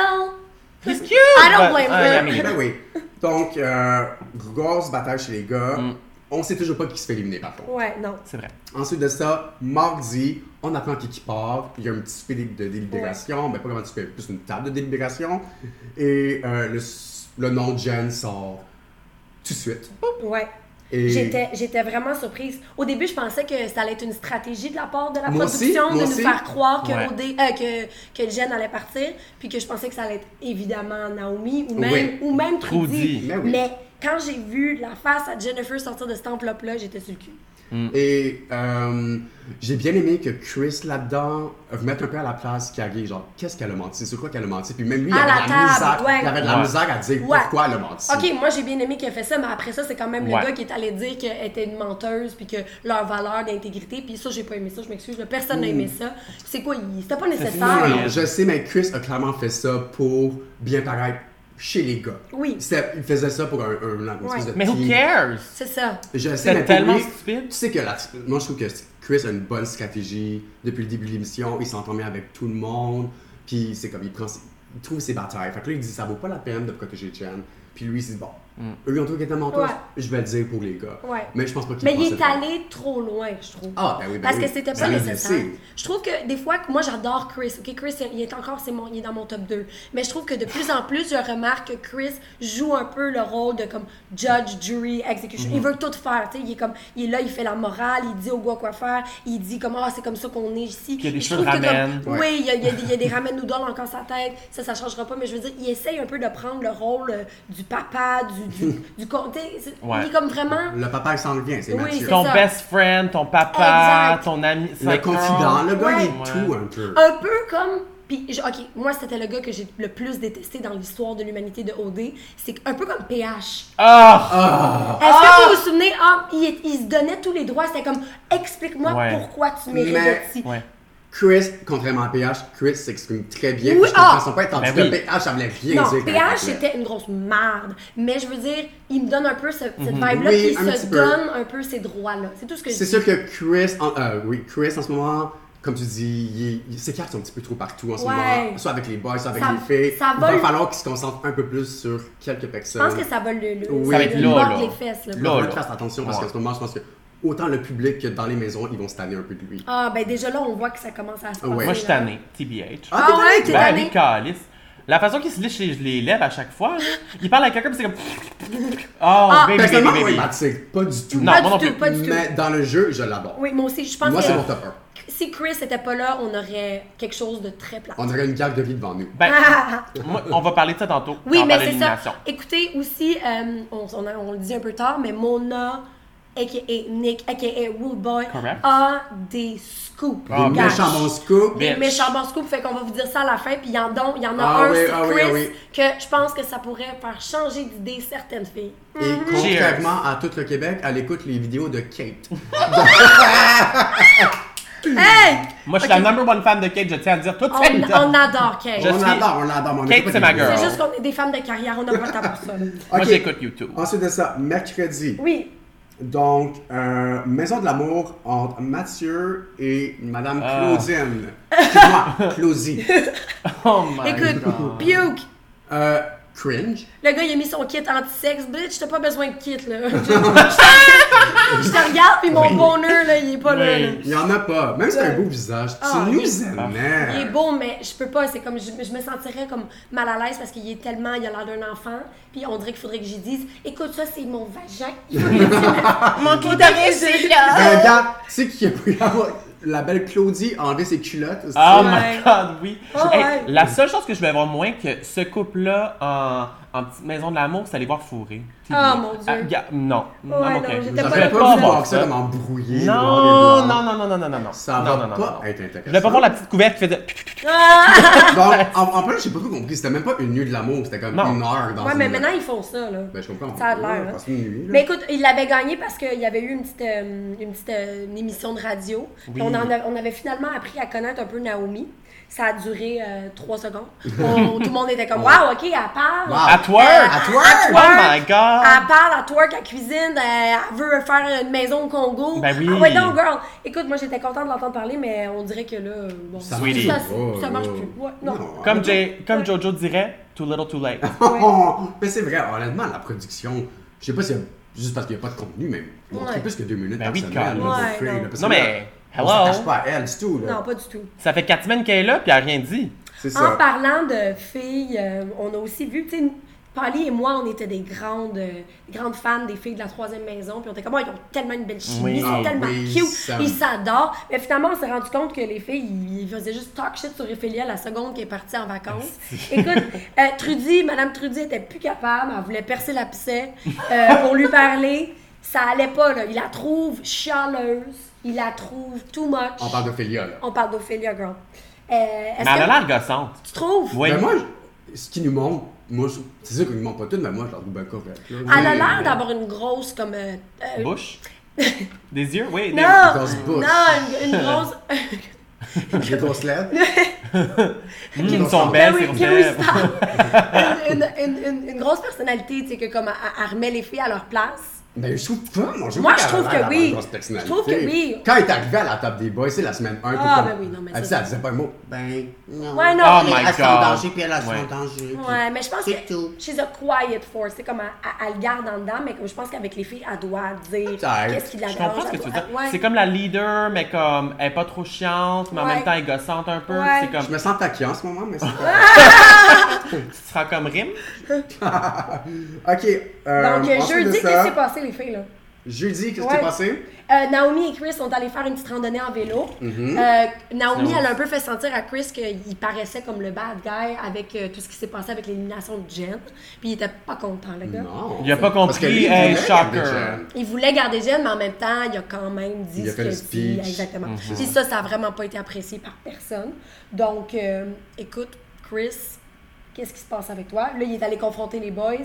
Speaker 5: He's cute!
Speaker 4: I don't
Speaker 5: but-
Speaker 4: blame
Speaker 5: Ah,
Speaker 4: her.
Speaker 5: yeah, me.
Speaker 3: ben oui. Donc, euh, grosse bataille chez les gars. On sait toujours pas qui se fait éliminer, par contre.
Speaker 4: ouais, non.
Speaker 5: C'est vrai.
Speaker 3: Ensuite de ça, mardi, on apprend qui qui part. Il y a un petit souper dé- de délibération. Ben, pas vraiment un souper, plus une table de délibération. Et euh, le, s- le nom de Jen sort tout de suite.
Speaker 4: Ouais.
Speaker 3: Et
Speaker 4: J'étais, j'étais vraiment surprise. Au début, je pensais que ça allait être une stratégie de la part de la
Speaker 3: Moi aussi,
Speaker 4: production
Speaker 3: moi
Speaker 4: de nous
Speaker 3: aussi.
Speaker 4: faire croire que,
Speaker 5: Ouais.
Speaker 4: OD euh, que, que Jen allait partir, puis que je pensais que ça allait être évidemment Naomi ou même,
Speaker 3: Oui.
Speaker 4: ou même
Speaker 5: Trudy.
Speaker 4: Trudy.
Speaker 3: Ben oui.
Speaker 4: Mais quand j'ai vu la face à Jennifer sortir de cette enveloppe-là, j'étais sur le cul.
Speaker 3: Et euh, j'ai bien aimé que Chris, là-dedans, remette un peu à la place Carrie. Genre, qu'est-ce qu'elle a menti? C'est quoi qu'elle a menti? Puis même lui, il
Speaker 4: À
Speaker 3: avait,
Speaker 4: la
Speaker 3: de la
Speaker 4: table,
Speaker 3: misère,
Speaker 4: ouais.
Speaker 3: il avait de la
Speaker 5: Ouais.
Speaker 3: misère à dire
Speaker 4: Ouais.
Speaker 3: pourquoi elle a menti.
Speaker 4: OK, moi j'ai bien aimé qu'elle fait ça, mais après ça, c'est quand même
Speaker 5: Ouais.
Speaker 4: le gars qui est allé dire qu'elle était une menteuse, puis que leur valeur d'intégrité, puis ça, j'ai pas aimé ça, je m'excuse, là, personne n'a aimé ça. C'est quoi, il- c'était pas
Speaker 3: Non,
Speaker 4: nécessaire.
Speaker 3: non, euh, je sais, mais Chris a clairement fait ça pour bien paraître chez les gars.
Speaker 4: Oui.
Speaker 3: C'était- Il faisait ça pour un, un, une espèce
Speaker 4: Ouais.
Speaker 3: de
Speaker 5: Mais who
Speaker 3: team.
Speaker 5: cares?
Speaker 4: C'est ça.
Speaker 3: Je sais,
Speaker 5: C'était
Speaker 3: mais pour
Speaker 5: tellement
Speaker 3: lui,
Speaker 5: stupide.
Speaker 3: Tu sais que la- moi, je trouve que Chris a une bonne stratégie. Depuis le début de l'émission, il s'entend bien avec tout le monde. Puis c'est comme, il, prend, ses- il trouve ses batailles. Fait que là, il dit, ça vaut pas la peine de protéger Jen. Puis lui, il se dit, bon,
Speaker 5: Mm.
Speaker 3: eux, ils ont trouvé qu'elle était menteuse.
Speaker 4: Ouais.
Speaker 3: Je vais le dire pour les gars.
Speaker 4: Ouais.
Speaker 3: Mais je pense pas qu'il
Speaker 4: Mais il
Speaker 3: pensait
Speaker 4: est
Speaker 3: ça.
Speaker 4: allé trop loin, je trouve.
Speaker 3: Ah, ben oui, ben
Speaker 4: Parce
Speaker 3: oui.
Speaker 4: que c'était
Speaker 3: Ben
Speaker 4: pas
Speaker 3: oui,
Speaker 4: nécessaire.
Speaker 3: je sais.
Speaker 4: Je trouve que des fois, que moi j'adore Chris. Ok, Chris, il est encore c'est mon, il est dans mon top 2. Mais je trouve que de plus en plus, je remarque que Chris joue un peu le rôle de comme judge, jury, execution.
Speaker 3: Mhm.
Speaker 4: Il veut tout faire. tu sais. Il est comme, il est là, il fait la morale, il dit au gars quoi faire, il dit comme ah c'est comme ça qu'on est ici.
Speaker 5: y a des
Speaker 4: Je
Speaker 5: cheveux
Speaker 4: trouve
Speaker 5: de
Speaker 4: que comme-
Speaker 5: ramen.
Speaker 3: Ouais.
Speaker 4: Oui, il y a, il y a des- il y a des ramen noodles encore sa tête. Ça, ça changera pas. Mais je veux dire, il essaye un peu de prendre le rôle euh, du papa, du du, du con- tu sais, c'est- Il
Speaker 5: Ouais.
Speaker 4: est comme vraiment.
Speaker 3: Le papa, il s'en revient, c'est
Speaker 4: Oui,
Speaker 3: Mathieu.
Speaker 4: c'est
Speaker 5: Ton
Speaker 4: ça.
Speaker 5: best friend, ton papa,
Speaker 4: Exact.
Speaker 5: ton ami.
Speaker 3: Le confident, le gars, il
Speaker 5: Ouais.
Speaker 3: est tout un peu.
Speaker 4: Un peu comme. Puis, je- ok, moi, c'était le gars que j'ai le plus détesté dans l'histoire de l'humanité de OD. C'est un peu comme PH.
Speaker 5: Ah!
Speaker 4: Est-ce que vous vous souvenez, ah, il, est- il se donnait tous les droits. C'était comme, explique-moi
Speaker 5: Ouais.
Speaker 4: pourquoi tu mérites
Speaker 3: Mais-
Speaker 4: d'être ici.
Speaker 5: Ouais.
Speaker 3: Chris, contrairement à PH, Chris s'exprime très bien.
Speaker 4: Oui,
Speaker 3: puis je comprends
Speaker 4: ah!
Speaker 3: son père, tandis
Speaker 5: Ben
Speaker 3: que
Speaker 5: oui.
Speaker 3: PH, elle voulait rien
Speaker 4: Non,
Speaker 3: dire. quand
Speaker 4: PH,
Speaker 3: il
Speaker 4: c'était une grosse merde. Mais je veux dire, il me donne un peu ce-
Speaker 5: Mhm.
Speaker 4: cette vibe-là.
Speaker 3: Oui,
Speaker 4: puis il
Speaker 3: un
Speaker 4: se
Speaker 3: petit peu.
Speaker 4: donne un peu ces droits-là. C'est tout ce que je
Speaker 3: C'est
Speaker 4: dis.
Speaker 3: sûr que Chris, en, euh, oui, Chris en ce moment, comme tu dis, il, est- il s'écarte un petit peu trop partout en ce
Speaker 4: Ouais.
Speaker 3: moment, soit avec les boys, soit avec
Speaker 4: Ça-
Speaker 3: les filles.
Speaker 4: ça
Speaker 3: il
Speaker 4: va
Speaker 3: va
Speaker 4: le-
Speaker 3: falloir qu'il se concentre un peu plus sur quelques
Speaker 4: Je
Speaker 3: personnes.
Speaker 4: pense que ça va le, le,
Speaker 3: Oui.
Speaker 4: ça
Speaker 3: Ça va être
Speaker 4: lui
Speaker 5: là,
Speaker 4: mordre
Speaker 5: là.
Speaker 4: les fesses. Là.
Speaker 3: Il va falloir
Speaker 5: Là,
Speaker 3: qu'il
Speaker 5: là.
Speaker 3: fasse attention parce
Speaker 5: Ouais.
Speaker 3: qu'en ce moment, je pense que autant le public que dans les maisons, ils vont se tanner un peu de lui.
Speaker 4: Ah, ben déjà là, on voit que ça commence à se passer.
Speaker 3: Ouais. Bah,
Speaker 5: Moi, je suis
Speaker 4: là.
Speaker 5: tanné, TBH.
Speaker 4: Ah,
Speaker 3: t'es
Speaker 4: ouais,
Speaker 3: tanné,
Speaker 4: t'es
Speaker 3: toi?
Speaker 5: Ben,
Speaker 4: tanné.
Speaker 5: lui, calice. La façon qu'il se liche les, les lèvres à chaque fois, là. il parle à quelqu'un puis c'est comme. Oh,
Speaker 4: Ah,
Speaker 5: baby, baby,
Speaker 3: Personnellement, moi,
Speaker 5: baby.
Speaker 3: il m'attire pas du tout.
Speaker 5: Non,
Speaker 4: pas
Speaker 5: moi
Speaker 4: du
Speaker 5: non
Speaker 4: tout,
Speaker 5: plus.
Speaker 4: pas du tout.
Speaker 3: Mais dans le jeu, je l'adore.
Speaker 4: Oui, moi aussi, je pense
Speaker 3: Moi,
Speaker 4: que...
Speaker 3: c'est mon top 1.
Speaker 4: Si Chris n'était pas là, on aurait quelque chose de très plat.
Speaker 3: On aurait une garde de vie devant nous.
Speaker 5: Ben, moi, on va parler de ça tantôt. quand
Speaker 4: Ah. oui,
Speaker 5: on
Speaker 4: mais
Speaker 5: parle
Speaker 4: c'est ça.
Speaker 5: d'élimination.
Speaker 4: Écoutez aussi, euh, on, on a- on le dit un peu tard, mais Mona, a.k.a. Nick, a.k.a. Rude Boy,
Speaker 5: Correct.
Speaker 4: a des scoops.
Speaker 5: Ah,
Speaker 3: Les
Speaker 5: gars.
Speaker 3: méchants mon scoop.
Speaker 4: Des
Speaker 5: Bitch.
Speaker 4: méchants bons scoops, fait qu'on va vous dire ça à la fin. Puis il y en, donc, il y en a
Speaker 3: Ah
Speaker 4: un
Speaker 3: oui,
Speaker 4: sur
Speaker 3: ah oui,
Speaker 4: Chris
Speaker 3: ah oui.
Speaker 4: que je pense que ça pourrait faire changer d'idée certaines filles.
Speaker 3: Et contrairement à tout le Québec, elle écoute les vidéos de Kate. Hmm.
Speaker 4: Hey!
Speaker 5: Moi, je suis
Speaker 4: Ok.
Speaker 5: la number one fan de Kate, je tiens à le dire tout de
Speaker 4: On,
Speaker 5: suite.
Speaker 4: on adore Kate.
Speaker 5: Je
Speaker 3: on
Speaker 5: suis-
Speaker 3: l'adore, on l'adore. mais on
Speaker 5: Kate,
Speaker 3: écoute les
Speaker 5: c'est ma
Speaker 3: vidéos.
Speaker 5: girl.
Speaker 4: C'est juste qu'on est des femmes de carrière, on n'a pas le temps pour ça.
Speaker 5: Moi,
Speaker 3: Ok.
Speaker 5: j'écoute YouTube.
Speaker 3: Ensuite de ça, mercredi.
Speaker 4: Oui,
Speaker 3: Donc, euh, Maison de l'amour entre Mathieu et Madame
Speaker 5: Ah.
Speaker 3: Claudine. Excuse-moi, Claudie.
Speaker 5: Oh my
Speaker 4: écoute,
Speaker 5: god.
Speaker 4: puke!
Speaker 3: Euh, cringe.
Speaker 4: Le gars, il a mis son kit anti-sexe. Bitch, t'as pas besoin de kit, là. je te- je te regarde, puis mon bonheur, là, il est pas là, là.
Speaker 5: Oui.
Speaker 3: Il n'y en a pas. Même si t'as un beau visage, tu
Speaker 4: Ah,
Speaker 3: nous
Speaker 4: il-
Speaker 3: aimais.
Speaker 4: Il est beau, mais je peux pas. C'est comme, je, je me sentirais comme mal à l'aise parce qu'il est tellement, il a l'air d'un enfant. Puis on dirait qu'il faudrait que j'y dise, écoute, ça, c'est mon vagin.
Speaker 2: Mon clitoris
Speaker 3: Ben,
Speaker 2: est là.
Speaker 3: regarde, c'est qui a pris la voix. la belle Claudie a enlevé ses culottes aussi.
Speaker 5: Oh
Speaker 4: Ouais.
Speaker 5: my god, oui.
Speaker 4: Ah
Speaker 5: Hey,
Speaker 4: ouais.
Speaker 5: La seule chose que je vais avoir moins que ce couple-là en, en petite maison de l'amour, c'est aller voir fourrer.
Speaker 4: Ah, mon Dieu.
Speaker 5: ga- non. non,
Speaker 4: Ouais,
Speaker 5: non,
Speaker 4: non, j'étais
Speaker 3: Vous
Speaker 4: pas
Speaker 3: avez
Speaker 4: là
Speaker 3: pas
Speaker 4: pour
Speaker 3: voulu
Speaker 4: ça.
Speaker 3: voir ça comme embrouillé. noir et
Speaker 5: Non,
Speaker 3: blanc.
Speaker 5: non, non, non, non, non, non, non.
Speaker 3: Ça
Speaker 5: non,
Speaker 3: va
Speaker 5: non, non,
Speaker 3: pas
Speaker 5: non.
Speaker 3: être intéressant.
Speaker 5: Je vais pas voir la petite couverte qui fait de...
Speaker 3: Bon, en, en plus, j'ai pas tout compris. C'était même pas une nuit de l'amour, c'était comme
Speaker 5: Non.
Speaker 3: une heure dans
Speaker 4: Ouais,
Speaker 3: une
Speaker 4: mais
Speaker 3: nuit.
Speaker 4: maintenant, ils font ça, là.
Speaker 3: Ah, Ben, je comprends.
Speaker 4: Ça a l'air,
Speaker 3: Ouais,
Speaker 4: hein.
Speaker 3: passer une nuit, là.
Speaker 4: Mais écoute, il l'avait gagné parce qu'il y avait eu une petite, euh, une petite euh, une émission de radio. Puis
Speaker 5: Oui.
Speaker 4: On, en a- on avait finalement appris à connaître un peu Naomi. Ça a duré euh, trois secondes. On- tout le monde était comme, waouh, ok, elle parle.
Speaker 3: Wow.
Speaker 5: À twerk!
Speaker 3: À twerk!
Speaker 5: Oh my god!
Speaker 4: Elle parle, elle twerk, elle cuisine, elle, elle veut faire une maison au Congo.
Speaker 5: Ben oui.
Speaker 4: Ah ouais, donc, girl. Écoute, moi, j'étais contente de l'entendre parler, mais on dirait que là, euh, bon,
Speaker 3: Ça
Speaker 5: marche
Speaker 4: ça,
Speaker 3: plus. Oh,
Speaker 4: ça marche
Speaker 3: oh.
Speaker 4: plus. Ouais, non.
Speaker 3: Non.
Speaker 5: Comme, Jay- comme Jojo dirait, too little too late.
Speaker 3: mais c'est vrai, honnêtement, la production, je sais pas si juste parce qu'il y a pas de contenu, mais montrer
Speaker 4: Ouais.
Speaker 3: plus que deux minutes
Speaker 5: Ben
Speaker 3: par
Speaker 5: oui,
Speaker 3: semaine,
Speaker 5: quand
Speaker 3: là,
Speaker 5: même.
Speaker 3: pour
Speaker 4: Ouais,
Speaker 3: Free,
Speaker 4: non.
Speaker 3: là, parce
Speaker 5: Non,
Speaker 3: que là,
Speaker 5: mais,
Speaker 3: On s'attache
Speaker 5: hello!
Speaker 3: pas à elle du tout, là.
Speaker 4: Non, pas du tout.
Speaker 5: Ça fait quatre semaines qu'elle est là, puis elle a rien dit.
Speaker 3: C'est
Speaker 4: En
Speaker 3: ça.
Speaker 4: parlant de filles, euh, on a aussi vu, tu sais, Polly et moi, on était des grandes, euh, grandes fans des filles de la troisième maison. Puis on était comme, Ah, ils ont tellement une belle chimie,
Speaker 5: Oui.
Speaker 4: ils sont
Speaker 3: Ah
Speaker 4: tellement
Speaker 3: oui,
Speaker 4: cute,
Speaker 3: ça-
Speaker 4: ils s'adorent. Mais finalement, on s'est rendu compte que les filles, ils, ils faisaient juste talk shit sur Ophélie à la seconde qu'elle est partie en vacances.
Speaker 3: Ah,
Speaker 4: Écoute, euh, Trudy, Madame Trudy était plus capable, elle voulait percer la pissette euh, pour lui parler. Ça allait pas, là. Il la trouve chialeuse, il la trouve too much.
Speaker 3: On parle d'Ophélia, là.
Speaker 4: On parle d'Ophélia, girl. Euh, est-ce
Speaker 5: Mais elle
Speaker 4: que
Speaker 5: a l'air gossante.
Speaker 4: tu trouves?
Speaker 5: Ouais.
Speaker 3: Ben moi, je- ce qui nous montre, moi, je- c'est sûr qu'ils nous montrent pas tout, mais moi, je leur trouve bien correct. là.
Speaker 4: Elle a
Speaker 3: Mais-
Speaker 4: l'air d'avoir une grosse comme. euh, euh,
Speaker 5: Bouche? Des yeux? Oui, des-
Speaker 4: non!
Speaker 3: grosse bouche.
Speaker 4: Non, une, une grosse.
Speaker 3: Des grosses lèvres.
Speaker 5: Mm, ils sont
Speaker 3: Ben
Speaker 5: belles,
Speaker 4: oui,
Speaker 5: c'est
Speaker 4: can we
Speaker 5: vrai.
Speaker 4: stop? une, une- une- une- une grosse personnalité, tu sais, que comme elle, elle remet les filles à leur place.
Speaker 3: Ben, je trouve pas, moi, je
Speaker 4: Moi,
Speaker 3: pas
Speaker 4: je
Speaker 3: qu'elle a l'air
Speaker 4: trouve que
Speaker 3: d'avoir
Speaker 4: oui.
Speaker 3: une grosse personnalité.
Speaker 4: Je trouve que oui.
Speaker 3: Quand elle est arrivée à la table des boys, c'est la semaine 1.
Speaker 4: Ah, ben oui, non, mais
Speaker 3: Elle
Speaker 4: ça,
Speaker 3: disait, elle
Speaker 4: c'est-
Speaker 3: disait pas un mot. Ben, non.
Speaker 4: Ouais, non,
Speaker 5: Oh
Speaker 4: mais-
Speaker 5: my
Speaker 6: Elle sont en
Speaker 5: god!
Speaker 6: danger, puis elle, elle sont
Speaker 5: Ouais.
Speaker 6: en danger. puis-
Speaker 4: Ouais, mais je pense que
Speaker 6: C'est tout.
Speaker 4: she's a quiet force. C'est comme elle, elle- elle le garde en dedans, mais comme je pense qu'avec les filles, elle doit dire
Speaker 3: Peut-être.
Speaker 4: qu'est-ce qui la
Speaker 5: Je comprends
Speaker 4: dérange,
Speaker 5: ce que tu veux
Speaker 4: elle doit-
Speaker 5: dire.
Speaker 4: ouais.
Speaker 5: C'est comme la leader, mais comme elle est pas trop chiante, mais en
Speaker 4: Ouais.
Speaker 5: même temps elle est gossante un peu.
Speaker 4: Ouais.
Speaker 5: C'est comme
Speaker 3: Je me sens taquin en ce moment, mais c'est
Speaker 5: tu seras comme rime.
Speaker 3: pas- Ok. euh,
Speaker 4: Donc, euh,
Speaker 3: ensuite de
Speaker 4: jeudi, qu'est-ce qui
Speaker 3: ça-
Speaker 4: s'est passé, les filles, là?
Speaker 3: Jeudi, qu'est-ce qui
Speaker 4: Ouais.
Speaker 3: s'est passé?
Speaker 4: Euh, Naomi et Chris sont allés faire une petite randonnée en vélo. Euh, Naomi, elle a un peu fait sentir à Chris qu'il paraissait comme le bad guy avec euh, tout ce qui s'est passé avec l'élimination de Jen. Puis il était pas content, le gars.
Speaker 3: Non.
Speaker 5: Il a pas
Speaker 3: Parce que lui,
Speaker 5: compris,
Speaker 3: il
Speaker 5: hey,
Speaker 3: voulait garder
Speaker 5: shocker.
Speaker 3: Jen.
Speaker 4: Il voulait garder Jen, mais en même temps, il a quand même dit
Speaker 3: Il a
Speaker 4: ce
Speaker 3: fait
Speaker 4: qu'il
Speaker 3: le
Speaker 4: a dit.
Speaker 3: speech. Mhm.
Speaker 4: Exactement. Puis ça, ça a vraiment pas été apprécié par personne. Donc, euh, écoute, Chris, qu'est-ce qui se passe avec toi? Là, il est allé confronter les boys.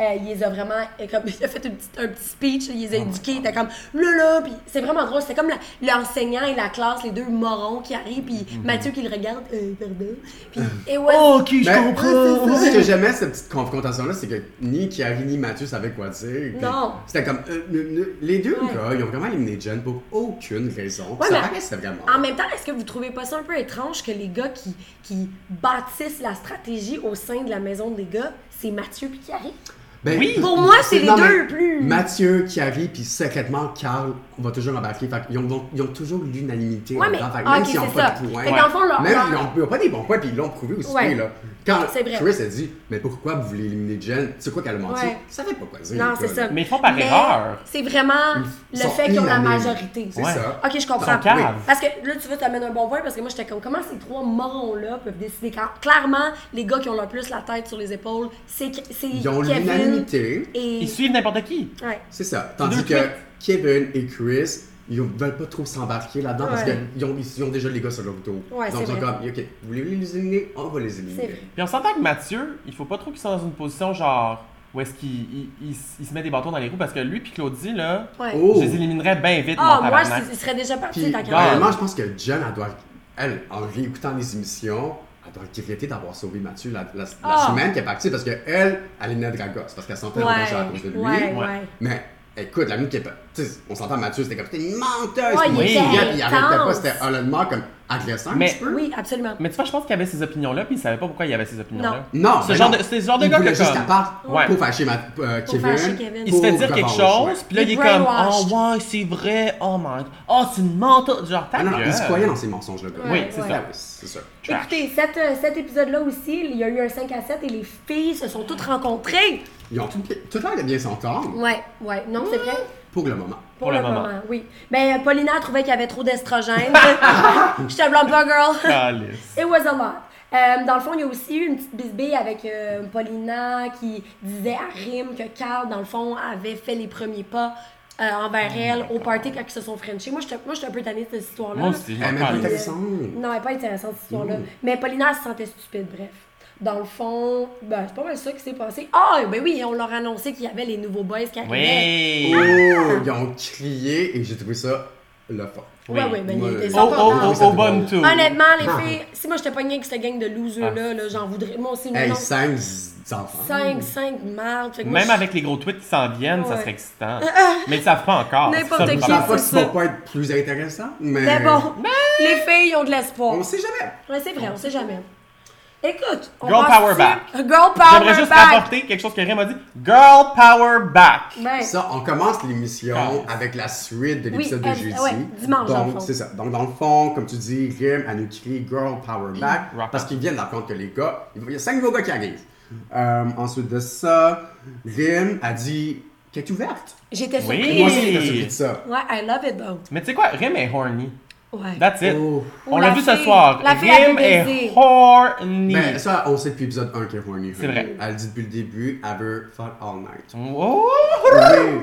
Speaker 4: Euh, il les a vraiment... euh, Comme, il a fait une petite- un petit speech. Il
Speaker 3: Ah,
Speaker 4: les a éduqués. Il était comme, là, là. Puis c'est vraiment drôle. C'est comme la- l'enseignant et la classe, les deux morons qui arrivent. Puis
Speaker 3: Mhm.
Speaker 4: Mathieu qui le regarde. Euh, pardon. Puis, et ouais.
Speaker 3: Ben, Ce que j'aimais cette petite confrontation-là, c'est que ni Kiari ni Mathieu savaient quoi dire. Puis
Speaker 4: Non.
Speaker 3: C'était comme. euh, ne- ne- les deux
Speaker 4: Ouais.
Speaker 3: gars, ils ont vraiment éliminé Jen pour aucune raison.
Speaker 4: Ouais,
Speaker 3: Puis ça
Speaker 4: mais-
Speaker 3: paraissait vraiment.
Speaker 4: En même temps, est-ce que vous trouvez pas ça un peu étrange que les gars qui, qui bâtissent la stratégie au sein de la maison des gars, c'est Mathieu puis Carrie?
Speaker 3: Ben,
Speaker 5: Oui.
Speaker 4: Pour moi, c'est les
Speaker 3: non,
Speaker 4: deux
Speaker 3: mais
Speaker 4: plus.
Speaker 3: Mathieu, Kiari, puis secrètement, Carl, on va toujours embarquer. Fait qu'ils ont, ils ont- ils ont toujours l'unanimité.
Speaker 4: Ouais, mais-
Speaker 3: là-dedans. Fait que
Speaker 4: ah,
Speaker 3: même
Speaker 4: ok,
Speaker 3: s'ils n'ont
Speaker 4: c'est
Speaker 3: pas
Speaker 4: ça.
Speaker 3: de points.
Speaker 4: Fait que dans le fond, leur-
Speaker 3: Même
Speaker 4: leur-
Speaker 3: ils n'ont- ils n'ont pas des bons points, puis ils l'ont prouvé aussi.
Speaker 4: Ouais.
Speaker 3: Là. Quand
Speaker 4: C'est vrai.
Speaker 3: Chris a dit, mais pourquoi vous voulez éliminer Jen C'est quoi qu'elle a menti
Speaker 4: Ouais.
Speaker 3: Ils savaient pas quoi dire.
Speaker 4: Non,
Speaker 3: les
Speaker 4: c'est
Speaker 3: gars,
Speaker 4: ça.
Speaker 3: là.
Speaker 5: Mais ils font par
Speaker 4: Mais
Speaker 5: erreur.
Speaker 4: C'est vraiment
Speaker 3: Ils
Speaker 4: le
Speaker 3: sont
Speaker 4: fait qu'ils ont la
Speaker 3: unanimes.
Speaker 4: majorité.
Speaker 3: C'est
Speaker 5: Ouais.
Speaker 3: ça.
Speaker 4: Ok, je
Speaker 3: Ils
Speaker 4: comprends.
Speaker 3: sont caves.
Speaker 5: Oui.
Speaker 4: Parce que là, tu vois, tu amènes un bon point parce que moi, j'étais comme, comment ces trois morons-là peuvent décider? Quand, clairement, les gars qui ont le plus la tête sur les épaules, c'est c'est
Speaker 3: Ils ont
Speaker 4: Kevin
Speaker 3: l'unanimité.
Speaker 4: et...
Speaker 5: Ils suivent n'importe qui.
Speaker 4: Ouais.
Speaker 3: C'est ça. Tandis
Speaker 5: Deux
Speaker 3: que
Speaker 5: tweets.
Speaker 3: Kevin et Chris, ils veulent pas trop s'embarquer là-dedans parce
Speaker 4: Ouais.
Speaker 3: qu'ils ont, ils ont déjà les gars sur leur dos.
Speaker 4: Ouais,
Speaker 3: Donc
Speaker 4: c'est
Speaker 3: ils sont
Speaker 4: vrai.
Speaker 3: comme, ok, vous voulez les éliminer On va les
Speaker 4: C'est
Speaker 3: éliminer.
Speaker 4: vrai.
Speaker 5: Puis on s'entend que Mathieu, il faut pas trop qu'il soit dans une position genre où est-ce qu'il il, il s- il se met des bâtons dans les roues parce que lui puis Claudie là,
Speaker 4: Ouais.
Speaker 3: Oh.
Speaker 5: je les éliminerais bien vite
Speaker 4: Ah,
Speaker 5: mon
Speaker 4: moi,
Speaker 5: tabarnak.
Speaker 4: je- je serais déjà parti
Speaker 3: Puis,
Speaker 4: tant qu'à
Speaker 5: gars,
Speaker 4: moi.
Speaker 3: réellement, je pense que Jen, elle doit, elle, en réécoutant les émissions, elle doit regretter d'avoir sauvé Mathieu la, la- la
Speaker 4: Ah.
Speaker 3: semaine qu'elle est partie parce qu'elle, elle est née de la gosse, parce qu'elle sentait
Speaker 4: Ouais,
Speaker 3: le danger à cause de lui.
Speaker 4: ouais, ouais.
Speaker 5: Ouais.
Speaker 3: Mais écoute, la minute qu'elle est partie, tu sais, on s'entend Mathieu, c'était comme, c'était une menteuse.
Speaker 4: Ouais,
Speaker 3: puis
Speaker 5: il
Speaker 3: riait,
Speaker 5: était
Speaker 3: puis il arrêtait pas,
Speaker 4: intense.
Speaker 3: c'était honnêtement comme agressant un
Speaker 5: Mais-
Speaker 3: petit peu.
Speaker 4: Oui, absolument.
Speaker 5: Mais tu vois, je pense qu'il avait ces opinions là puis il savait pas pourquoi il avait ces opinions là.
Speaker 3: Non,
Speaker 5: Ce
Speaker 3: mais
Speaker 5: genre
Speaker 3: non.
Speaker 5: de- c'est ce genre de
Speaker 3: Il
Speaker 5: gars que
Speaker 3: voulait juste
Speaker 5: comme-
Speaker 3: la part
Speaker 5: Ouais.
Speaker 3: pour fâcher ma, euh,
Speaker 4: Pour
Speaker 3: Kevin.
Speaker 4: fâcher Kevin.
Speaker 5: Il se fait
Speaker 3: pour
Speaker 5: dire quelque
Speaker 3: revanche,
Speaker 5: chose, puis là,
Speaker 4: Il
Speaker 5: il
Speaker 4: est
Speaker 5: est comme
Speaker 4: brainwashed.
Speaker 5: « Oh ouais, c'est vrai, oh my... Oh, c'est une menteuse! » Genre,
Speaker 3: ouais.
Speaker 5: ta
Speaker 3: Ah non, non, il se
Speaker 5: gueule.
Speaker 3: croyait dans ces mensonges-là. gars.
Speaker 5: Oui,
Speaker 4: Ouais,
Speaker 5: c'est
Speaker 4: ouais.
Speaker 5: ça.
Speaker 3: C'est ça.
Speaker 5: Trash.
Speaker 4: Écoutez, cet, euh, cet épisode-là aussi, il y a eu un 5 à 7 et les filles se sont toutes rencontrées.
Speaker 3: Ils ont tout, tout l'air de bien s'entendre
Speaker 4: Ouais, ouais, non, c'est vrai.
Speaker 3: pour le moment.
Speaker 5: Pour le moment.
Speaker 4: Oui. Ben, Paulina trouvait qu'il y avait trop d'estrogène. Je te blâme pas, girl.
Speaker 5: Ah. Calice.
Speaker 4: It was a lot. Euh, dans le fond, il y a aussi eu une petite bisbille avec euh, Paulina qui disait à Rim que Carl, dans le fond, avait fait les premiers pas euh,
Speaker 5: Ah,
Speaker 4: envers elle au party quand ils se sont frenchés. Moi, j'étais moi, j'étais un peu tannée de cette histoire-là.
Speaker 5: Moi aussi, je
Speaker 3: Elle est
Speaker 5: m'en
Speaker 3: même pas
Speaker 5: calisse.
Speaker 3: intéressante.
Speaker 4: Non, elle n'est pas intéressante cette histoire-là.
Speaker 3: Mm.
Speaker 4: Mais Paulina elle se sentait stupide, bref. Dans le fond, ben, c'est pas mal ça qui s'est passé. Ah, ben oui, on leur a annoncé qu'il y avait les nouveaux boys qui arrivaient.
Speaker 5: Oui.
Speaker 3: Oh, ils ont crié et j'ai trouvé ça le fun.
Speaker 5: Oui.
Speaker 4: Ouais, ouais, ben,
Speaker 3: Ouais.
Speaker 4: ils étaient
Speaker 5: Oh, oh,
Speaker 4: entendants.
Speaker 5: oh, oh, bonne tour.
Speaker 4: Honnêtement,
Speaker 3: Ah.
Speaker 4: les filles, si moi j'étais pognée avec cette gang de losers-là, là, j'en voudrais. Moi aussi,
Speaker 3: Hey,
Speaker 4: non.
Speaker 3: cinq z- enfants.
Speaker 4: 5, 5 mardes. Fait que moi,
Speaker 5: Même
Speaker 4: je-
Speaker 5: avec les gros tweets qui s'en viennent, ça
Speaker 4: Ouais.
Speaker 5: serait excitant. Mais ils savent pas encore. c'est
Speaker 4: N'importe
Speaker 5: ça, le
Speaker 4: qui.
Speaker 3: Je
Speaker 5: problème.
Speaker 3: pense pas que
Speaker 4: c'est
Speaker 3: ça
Speaker 4: ça.
Speaker 3: va pas être plus intéressant, mais.
Speaker 4: Mais bon, les filles ont de l'espoir.
Speaker 3: On sait jamais.
Speaker 4: Ouais, c'est vrai, on sait jamais. Écoute, on
Speaker 5: Girl
Speaker 4: va
Speaker 5: power
Speaker 4: se-
Speaker 5: back.
Speaker 4: Girl
Speaker 5: J'aimerais
Speaker 4: power
Speaker 5: juste
Speaker 4: back.
Speaker 5: apporter quelque chose que Rim m'a dit. Girl power back.
Speaker 4: Ben,
Speaker 3: Ça, on commence l'émission
Speaker 5: Commence.
Speaker 3: avec la suite de
Speaker 4: Oui,
Speaker 3: l'épisode
Speaker 4: elle-
Speaker 3: de jeudi.
Speaker 4: ouais, dimanche, dans le
Speaker 3: Donc,
Speaker 4: fond.
Speaker 3: c'est ça. Donc, dans le fond, comme tu dis, Rim a nous crié Girl Power Back
Speaker 5: Rock
Speaker 3: parce
Speaker 5: up.
Speaker 3: qu'ils viennent d'apprendre que les gars, il y a cinq nouveaux gars qui arrivent. Euh, ensuite de ça, Rim a dit qu'elle est ouverte.
Speaker 4: j'étais
Speaker 5: Oui.
Speaker 4: surprise.
Speaker 3: Moi aussi, j'étais surpris de ça.
Speaker 4: Ouais, I love it though.
Speaker 5: Mais tu sais quoi, Rim est horny.
Speaker 4: Ouais.
Speaker 5: That's it.
Speaker 3: Oh.
Speaker 5: On
Speaker 4: Oh,
Speaker 5: l'a
Speaker 4: la
Speaker 5: vu ce
Speaker 4: fille.
Speaker 5: soir.
Speaker 4: La fille a
Speaker 5: Rim
Speaker 4: pu
Speaker 5: est
Speaker 4: baiser.
Speaker 5: horny.
Speaker 3: Mais Ben, ça, on sait depuis l'épisode 1 qu'elle est horny.
Speaker 5: C'est vrai.
Speaker 3: Elle dit depuis le début, elle veut fuck all night.
Speaker 5: Oh,
Speaker 3: Oui.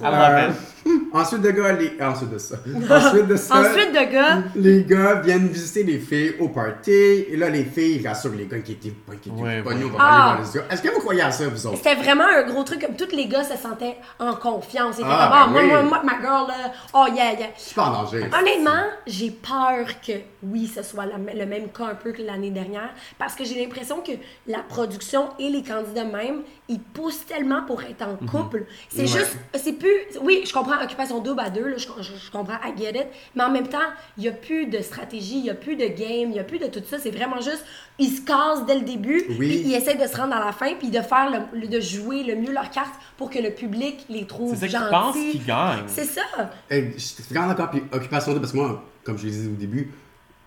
Speaker 5: I love it.
Speaker 3: Euh, ensuite de gars, les... ensuite de ça. ensuite de ça. Mm.
Speaker 4: Ensuite de gars,
Speaker 3: Les gars viennent visiter les filles au party. Et là, les filles rassurent les gars qui étaient pas qui étaient
Speaker 5: Ouais,
Speaker 3: pas
Speaker 5: ouais.
Speaker 3: nous, on va
Speaker 4: Ah.
Speaker 3: aller voir les gars. Est-ce que vous croyez à ça, vous autres?
Speaker 4: c'était vraiment un gros truc comme tous les gars se sentaient en confiance. Ils étaient
Speaker 3: Ah,
Speaker 4: comme, Ah,
Speaker 3: ben
Speaker 4: moi,
Speaker 3: oui.
Speaker 4: moi, moi, ma girl, là, oh yeah, yeah.
Speaker 3: Je suis pas en danger.
Speaker 4: Honnêtement, j'ai peur que, oui, ce soit la- le même cas un peu que l'année dernière, parce que j'ai l'impression que la production et les candidats même, ils poussent tellement pour être en
Speaker 5: Mhm.
Speaker 4: couple. C'est
Speaker 3: Ouais.
Speaker 4: juste, c'est plus, oui, je comprends occupation double à deux, là, je, je- je comprends, I get it, mais en même temps, il n'y a plus de stratégie, il n'y a plus de game, il n'y a plus de tout ça, c'est vraiment juste, ils se cassent dès le début,
Speaker 3: Oui.
Speaker 4: puis ils essaient de se rendre à la fin, puis de faire, le- le- de jouer le mieux leurs cartes pour que le public les trouve
Speaker 5: C'est ça qu'ils pensent
Speaker 4: gentils.
Speaker 5: qu'ils gagnent.
Speaker 4: C'est ça.
Speaker 3: Hey, Je suis Eh, vraiment d'accord. Puis Occupation Double, parce que moi, comme je l'ai dit au début,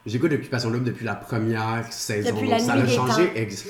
Speaker 3: j'écoute Occupation Double depuis la première saison.
Speaker 4: Depuis
Speaker 3: Donc,
Speaker 4: la
Speaker 3: ça
Speaker 4: nuit
Speaker 3: a
Speaker 4: des
Speaker 3: changé.
Speaker 4: temps.
Speaker 3: ex-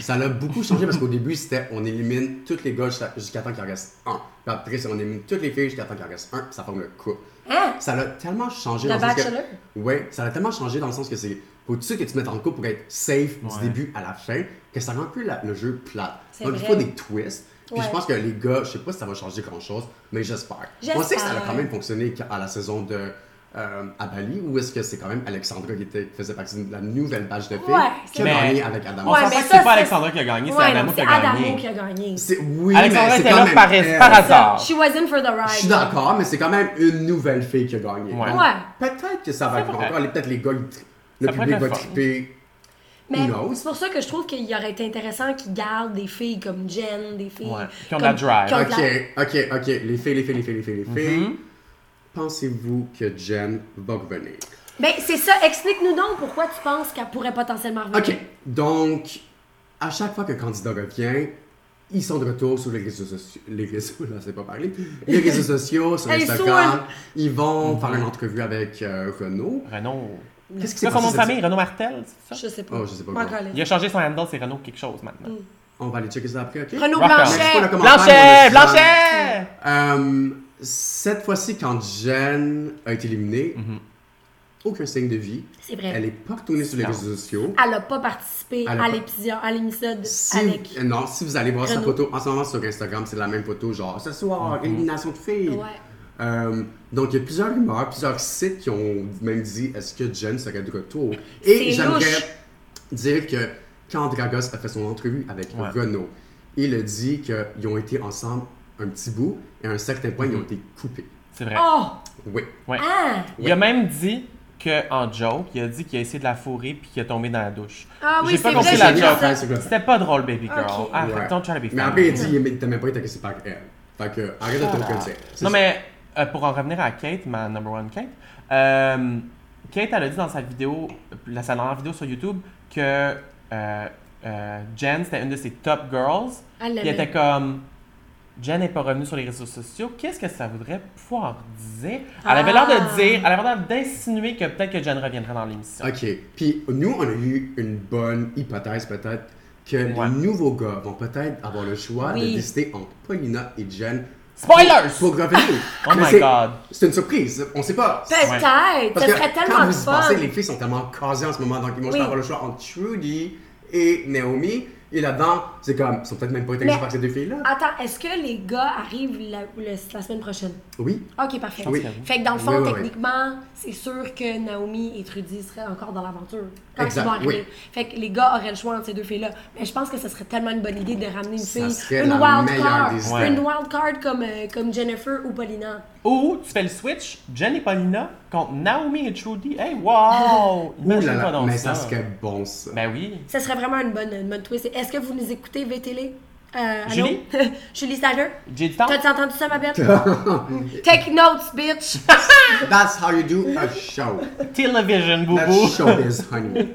Speaker 3: Ça l'a beaucoup changé parce qu'au début, c'était on élimine toutes les gars jusqu'à jusqu'à temps qu'il en reste un. Puis après, c'est on élimine toutes les filles jusqu'à temps qu'il en reste un. puis Ça forme le couple.
Speaker 4: Hein?
Speaker 3: Ça l'a tellement changé
Speaker 4: Le
Speaker 3: dans le sens
Speaker 4: Bachelor?
Speaker 3: que... Ouais, ça l'a tellement changé dans le sens que c'est... Faut-tu que tu te mettes en couple pour être safe
Speaker 5: Ouais.
Speaker 3: du début à la fin, que ça rend un peu la- le jeu plat.
Speaker 4: C'est
Speaker 3: Donc, il
Speaker 4: vrai.
Speaker 3: faut des twists. Puis je
Speaker 4: Ouais.
Speaker 3: pense que les gars, je sais pas si ça va changer grand-chose, mais j'espère. On sait que ça a
Speaker 4: J'espère.
Speaker 3: quand même fonctionné à la saison de... euh, à Bali, ou est-ce que c'est quand même Alexandra qui, était, qui faisait partie de la nouvelle page de filles
Speaker 4: Ouais,
Speaker 3: qui
Speaker 4: c'est
Speaker 3: a
Speaker 5: vrai.
Speaker 3: gagné avec Adam.
Speaker 5: On
Speaker 4: Ouais,
Speaker 5: s'entend
Speaker 4: mais
Speaker 5: que
Speaker 4: ça,
Speaker 5: c'est pas
Speaker 4: ça,
Speaker 5: Alexandra qui a gagné, c'est
Speaker 4: Ouais, non,
Speaker 5: Adamo qui
Speaker 4: c'est
Speaker 5: a
Speaker 4: Adamo
Speaker 5: gagné.
Speaker 4: qui a gagné.
Speaker 3: C'est oui, mais
Speaker 5: Alexandra
Speaker 3: c'est
Speaker 5: était
Speaker 3: quand
Speaker 5: là
Speaker 3: même
Speaker 5: par, es-
Speaker 3: elle.
Speaker 5: par hasard.
Speaker 4: She was in for the ride.
Speaker 3: Je suis d'accord, mais c'est quand même une nouvelle fille qui a gagné.
Speaker 5: Ouais.
Speaker 3: Donc,
Speaker 4: Ouais.
Speaker 3: Peut-être que ça va être
Speaker 5: vrai.
Speaker 3: encore. Peut-être les gars, ils tri- le
Speaker 5: Ça pourrait
Speaker 3: public
Speaker 5: être
Speaker 3: va
Speaker 5: le fun.
Speaker 3: triper.
Speaker 4: Mais
Speaker 3: Who knows?
Speaker 4: c'est pour ça que je trouve qu'il aurait été intéressant qu'ils gardent des filles comme Jen, des filles
Speaker 5: Ouais, qui ont de la
Speaker 4: comme-
Speaker 5: drive.
Speaker 4: qui ont de la-
Speaker 3: Ok, ok, ok. Les filles, les filles, les filles, les filles, les filles.
Speaker 5: Mm-hmm.
Speaker 3: Pensez-vous que Jen va revenir?
Speaker 4: Ben c'est ça, explique-nous donc pourquoi tu penses qu'elle pourrait potentiellement revenir.
Speaker 3: Ok, donc, à chaque fois qu'un candidat revient, ils sont de retour sur les réseaux sociaux. Les réseaux, là, c'est pas parler. Les réseaux sociaux, sur
Speaker 4: Hey,
Speaker 3: Instagram.
Speaker 4: Saoul!
Speaker 3: Ils vont faire une entrevue avec euh, Renaud.
Speaker 5: Renaud.
Speaker 3: Qu'est-ce qui
Speaker 5: C'est
Speaker 3: s'est
Speaker 5: quoi son nom
Speaker 3: passé?
Speaker 5: de
Speaker 3: cette-
Speaker 5: famille? Renaud Martel, c'est ça?
Speaker 4: Je Hmm. sais pas.
Speaker 3: Oh, je sais pas
Speaker 4: Moi,
Speaker 3: quoi.
Speaker 4: encore, là.
Speaker 5: Il a changé son handle, c'est Renaud quelque chose maintenant.
Speaker 3: On va aller checker ça après, ok?
Speaker 4: Renaud
Speaker 5: Rocker.
Speaker 4: Blanchet.
Speaker 3: Merci pour le commentaire,
Speaker 4: Ah,
Speaker 5: Blanchet!
Speaker 3: mon petit
Speaker 5: Blanchet!
Speaker 3: Euh, cette fois-ci, quand Jen a été éliminée, aucun signe de vie.
Speaker 4: C'est vrai.
Speaker 3: Elle est pas retournée sur les
Speaker 5: Non.
Speaker 3: réseaux sociaux.
Speaker 4: Elle a pas participé
Speaker 3: Elle a
Speaker 4: à
Speaker 3: pas-
Speaker 4: l'épisode à l'épisode
Speaker 3: Si,
Speaker 4: avec
Speaker 3: euh, Non, si vous allez voir sa
Speaker 4: Renaud.
Speaker 3: photo en ce moment sur Instagram, c'est la même photo, genre ce
Speaker 5: Mhm.
Speaker 3: soir, élimination de filles.
Speaker 4: Ouais.
Speaker 3: Euh, donc, il y a plusieurs rumeurs, plusieurs sites qui ont même dit est-ce que Jen serait de retour. Et
Speaker 4: C'est
Speaker 3: j'aimerais
Speaker 4: louche.
Speaker 3: dire que quand Dragos a fait son entrevue avec
Speaker 5: Ouais.
Speaker 3: Renaud, il a dit qu'ils ont été ensemble un petit bout et à un certain point, ils
Speaker 5: Mhm.
Speaker 3: ont été coupés.
Speaker 5: C'est vrai.
Speaker 4: Oh,
Speaker 3: Oui.
Speaker 5: Ouais.
Speaker 4: ah,
Speaker 5: Il a même dit que en joke, il a dit qu'il a essayé de la fourrer puis qu'il est tombé dans la douche.
Speaker 4: Ah oui,
Speaker 5: J'ai pas
Speaker 4: c'est
Speaker 5: compris
Speaker 4: vrai,
Speaker 5: la
Speaker 4: j'ai
Speaker 5: joke. hein,
Speaker 4: vu ça.
Speaker 3: C'est vrai.
Speaker 5: C'était pas drôle, baby girl.
Speaker 4: Ok.
Speaker 5: Arrête,
Speaker 3: Ouais.
Speaker 5: don't try to be
Speaker 3: Mais
Speaker 5: funny.
Speaker 3: après, il dit il t'a même pas été intéressé par elle. Fait que, arrête de te
Speaker 4: Ah.
Speaker 3: reconnaître. C'est ça.
Speaker 5: Non, mais euh, pour en revenir à Kate, ma number one Kate, euh, Kate, elle a dit dans sa vidéo, la, sa dernière vidéo sur YouTube, que euh, euh, Jen, c'était une de ses top girls.
Speaker 4: Elle
Speaker 5: Puis elle
Speaker 4: l'aimait.
Speaker 5: était comme. Jen n'est pas revenue sur les réseaux sociaux. Qu'est-ce que ça voudrait pouvoir dire? Elle avait l'air de
Speaker 4: Ah.
Speaker 5: dire, elle avait l'air d'insinuer que peut-être que Jen reviendrait dans l'émission.
Speaker 3: Ok. Puis nous, on a eu une bonne hypothèse peut-être que
Speaker 5: Ouais.
Speaker 3: les nouveaux gars vont peut-être avoir le choix
Speaker 4: Oui.
Speaker 3: de décider entre Paulina et Jen
Speaker 5: Spoilers!
Speaker 3: Pour revenir.
Speaker 5: Oh
Speaker 3: Mais
Speaker 5: my
Speaker 3: c'est-
Speaker 5: God.
Speaker 3: C'est une surprise. On sait pas.
Speaker 4: Peut-être.
Speaker 3: Parce
Speaker 4: Ça
Speaker 3: que
Speaker 4: serait
Speaker 3: quand
Speaker 4: tellement
Speaker 3: vous
Speaker 4: de
Speaker 3: y
Speaker 4: fun.
Speaker 3: pensez, les filles sont tellement casées en ce moment. Donc, ils vont
Speaker 4: Oui.
Speaker 3: juste avoir le choix entre Trudy et Naomi. Et là-dedans, c'est comme, ils sont peut-être même pas intéressés
Speaker 4: Mais- Ah.
Speaker 3: par ces deux filles-là.
Speaker 4: Attends, est-ce que les gars arrivent la, le- la semaine prochaine?
Speaker 3: Oui.
Speaker 4: Ok, parfait.
Speaker 3: Oui.
Speaker 4: Fait que dans le fond,
Speaker 3: Oui, oui, oui.
Speaker 4: techniquement, c'est sûr que Naomi et Trudy seraient encore dans l'aventure. Quand
Speaker 3: Exact,
Speaker 4: ils vont arriver.
Speaker 3: oui.
Speaker 4: Fait que les gars auraient le choix entre ces deux filles-là. Mais je pense que ce serait tellement une bonne idée de ramener une
Speaker 3: Ça
Speaker 4: fille,
Speaker 3: serait
Speaker 4: une
Speaker 3: la
Speaker 4: wild
Speaker 3: meilleure
Speaker 4: card,
Speaker 3: des
Speaker 5: idées.
Speaker 4: une wild card comme, euh, comme Jennifer ou Paulina.
Speaker 5: Ou tu fais le switch, Jen et Paulina contre Naomi et Trudy. Hey, wow!
Speaker 4: Ah.
Speaker 3: Ouh Oh là
Speaker 5: Imagine Ah, pas
Speaker 3: là,
Speaker 5: donc
Speaker 3: mais
Speaker 5: ça.
Speaker 3: ça serait bon, ça.
Speaker 5: Ben oui.
Speaker 4: Ça serait vraiment une bonne, une bonne twist. Est-ce que vous nous écoutez, VTL? Euh, allô?
Speaker 5: Julie?
Speaker 4: Julie Sager?
Speaker 5: J'ai du temps.
Speaker 4: T'as-tu entendu ça, ma belle? Take notes, bitch!
Speaker 3: That's how you do a show.
Speaker 5: Television,
Speaker 3: That's
Speaker 5: boubou.
Speaker 3: showbiz, honey.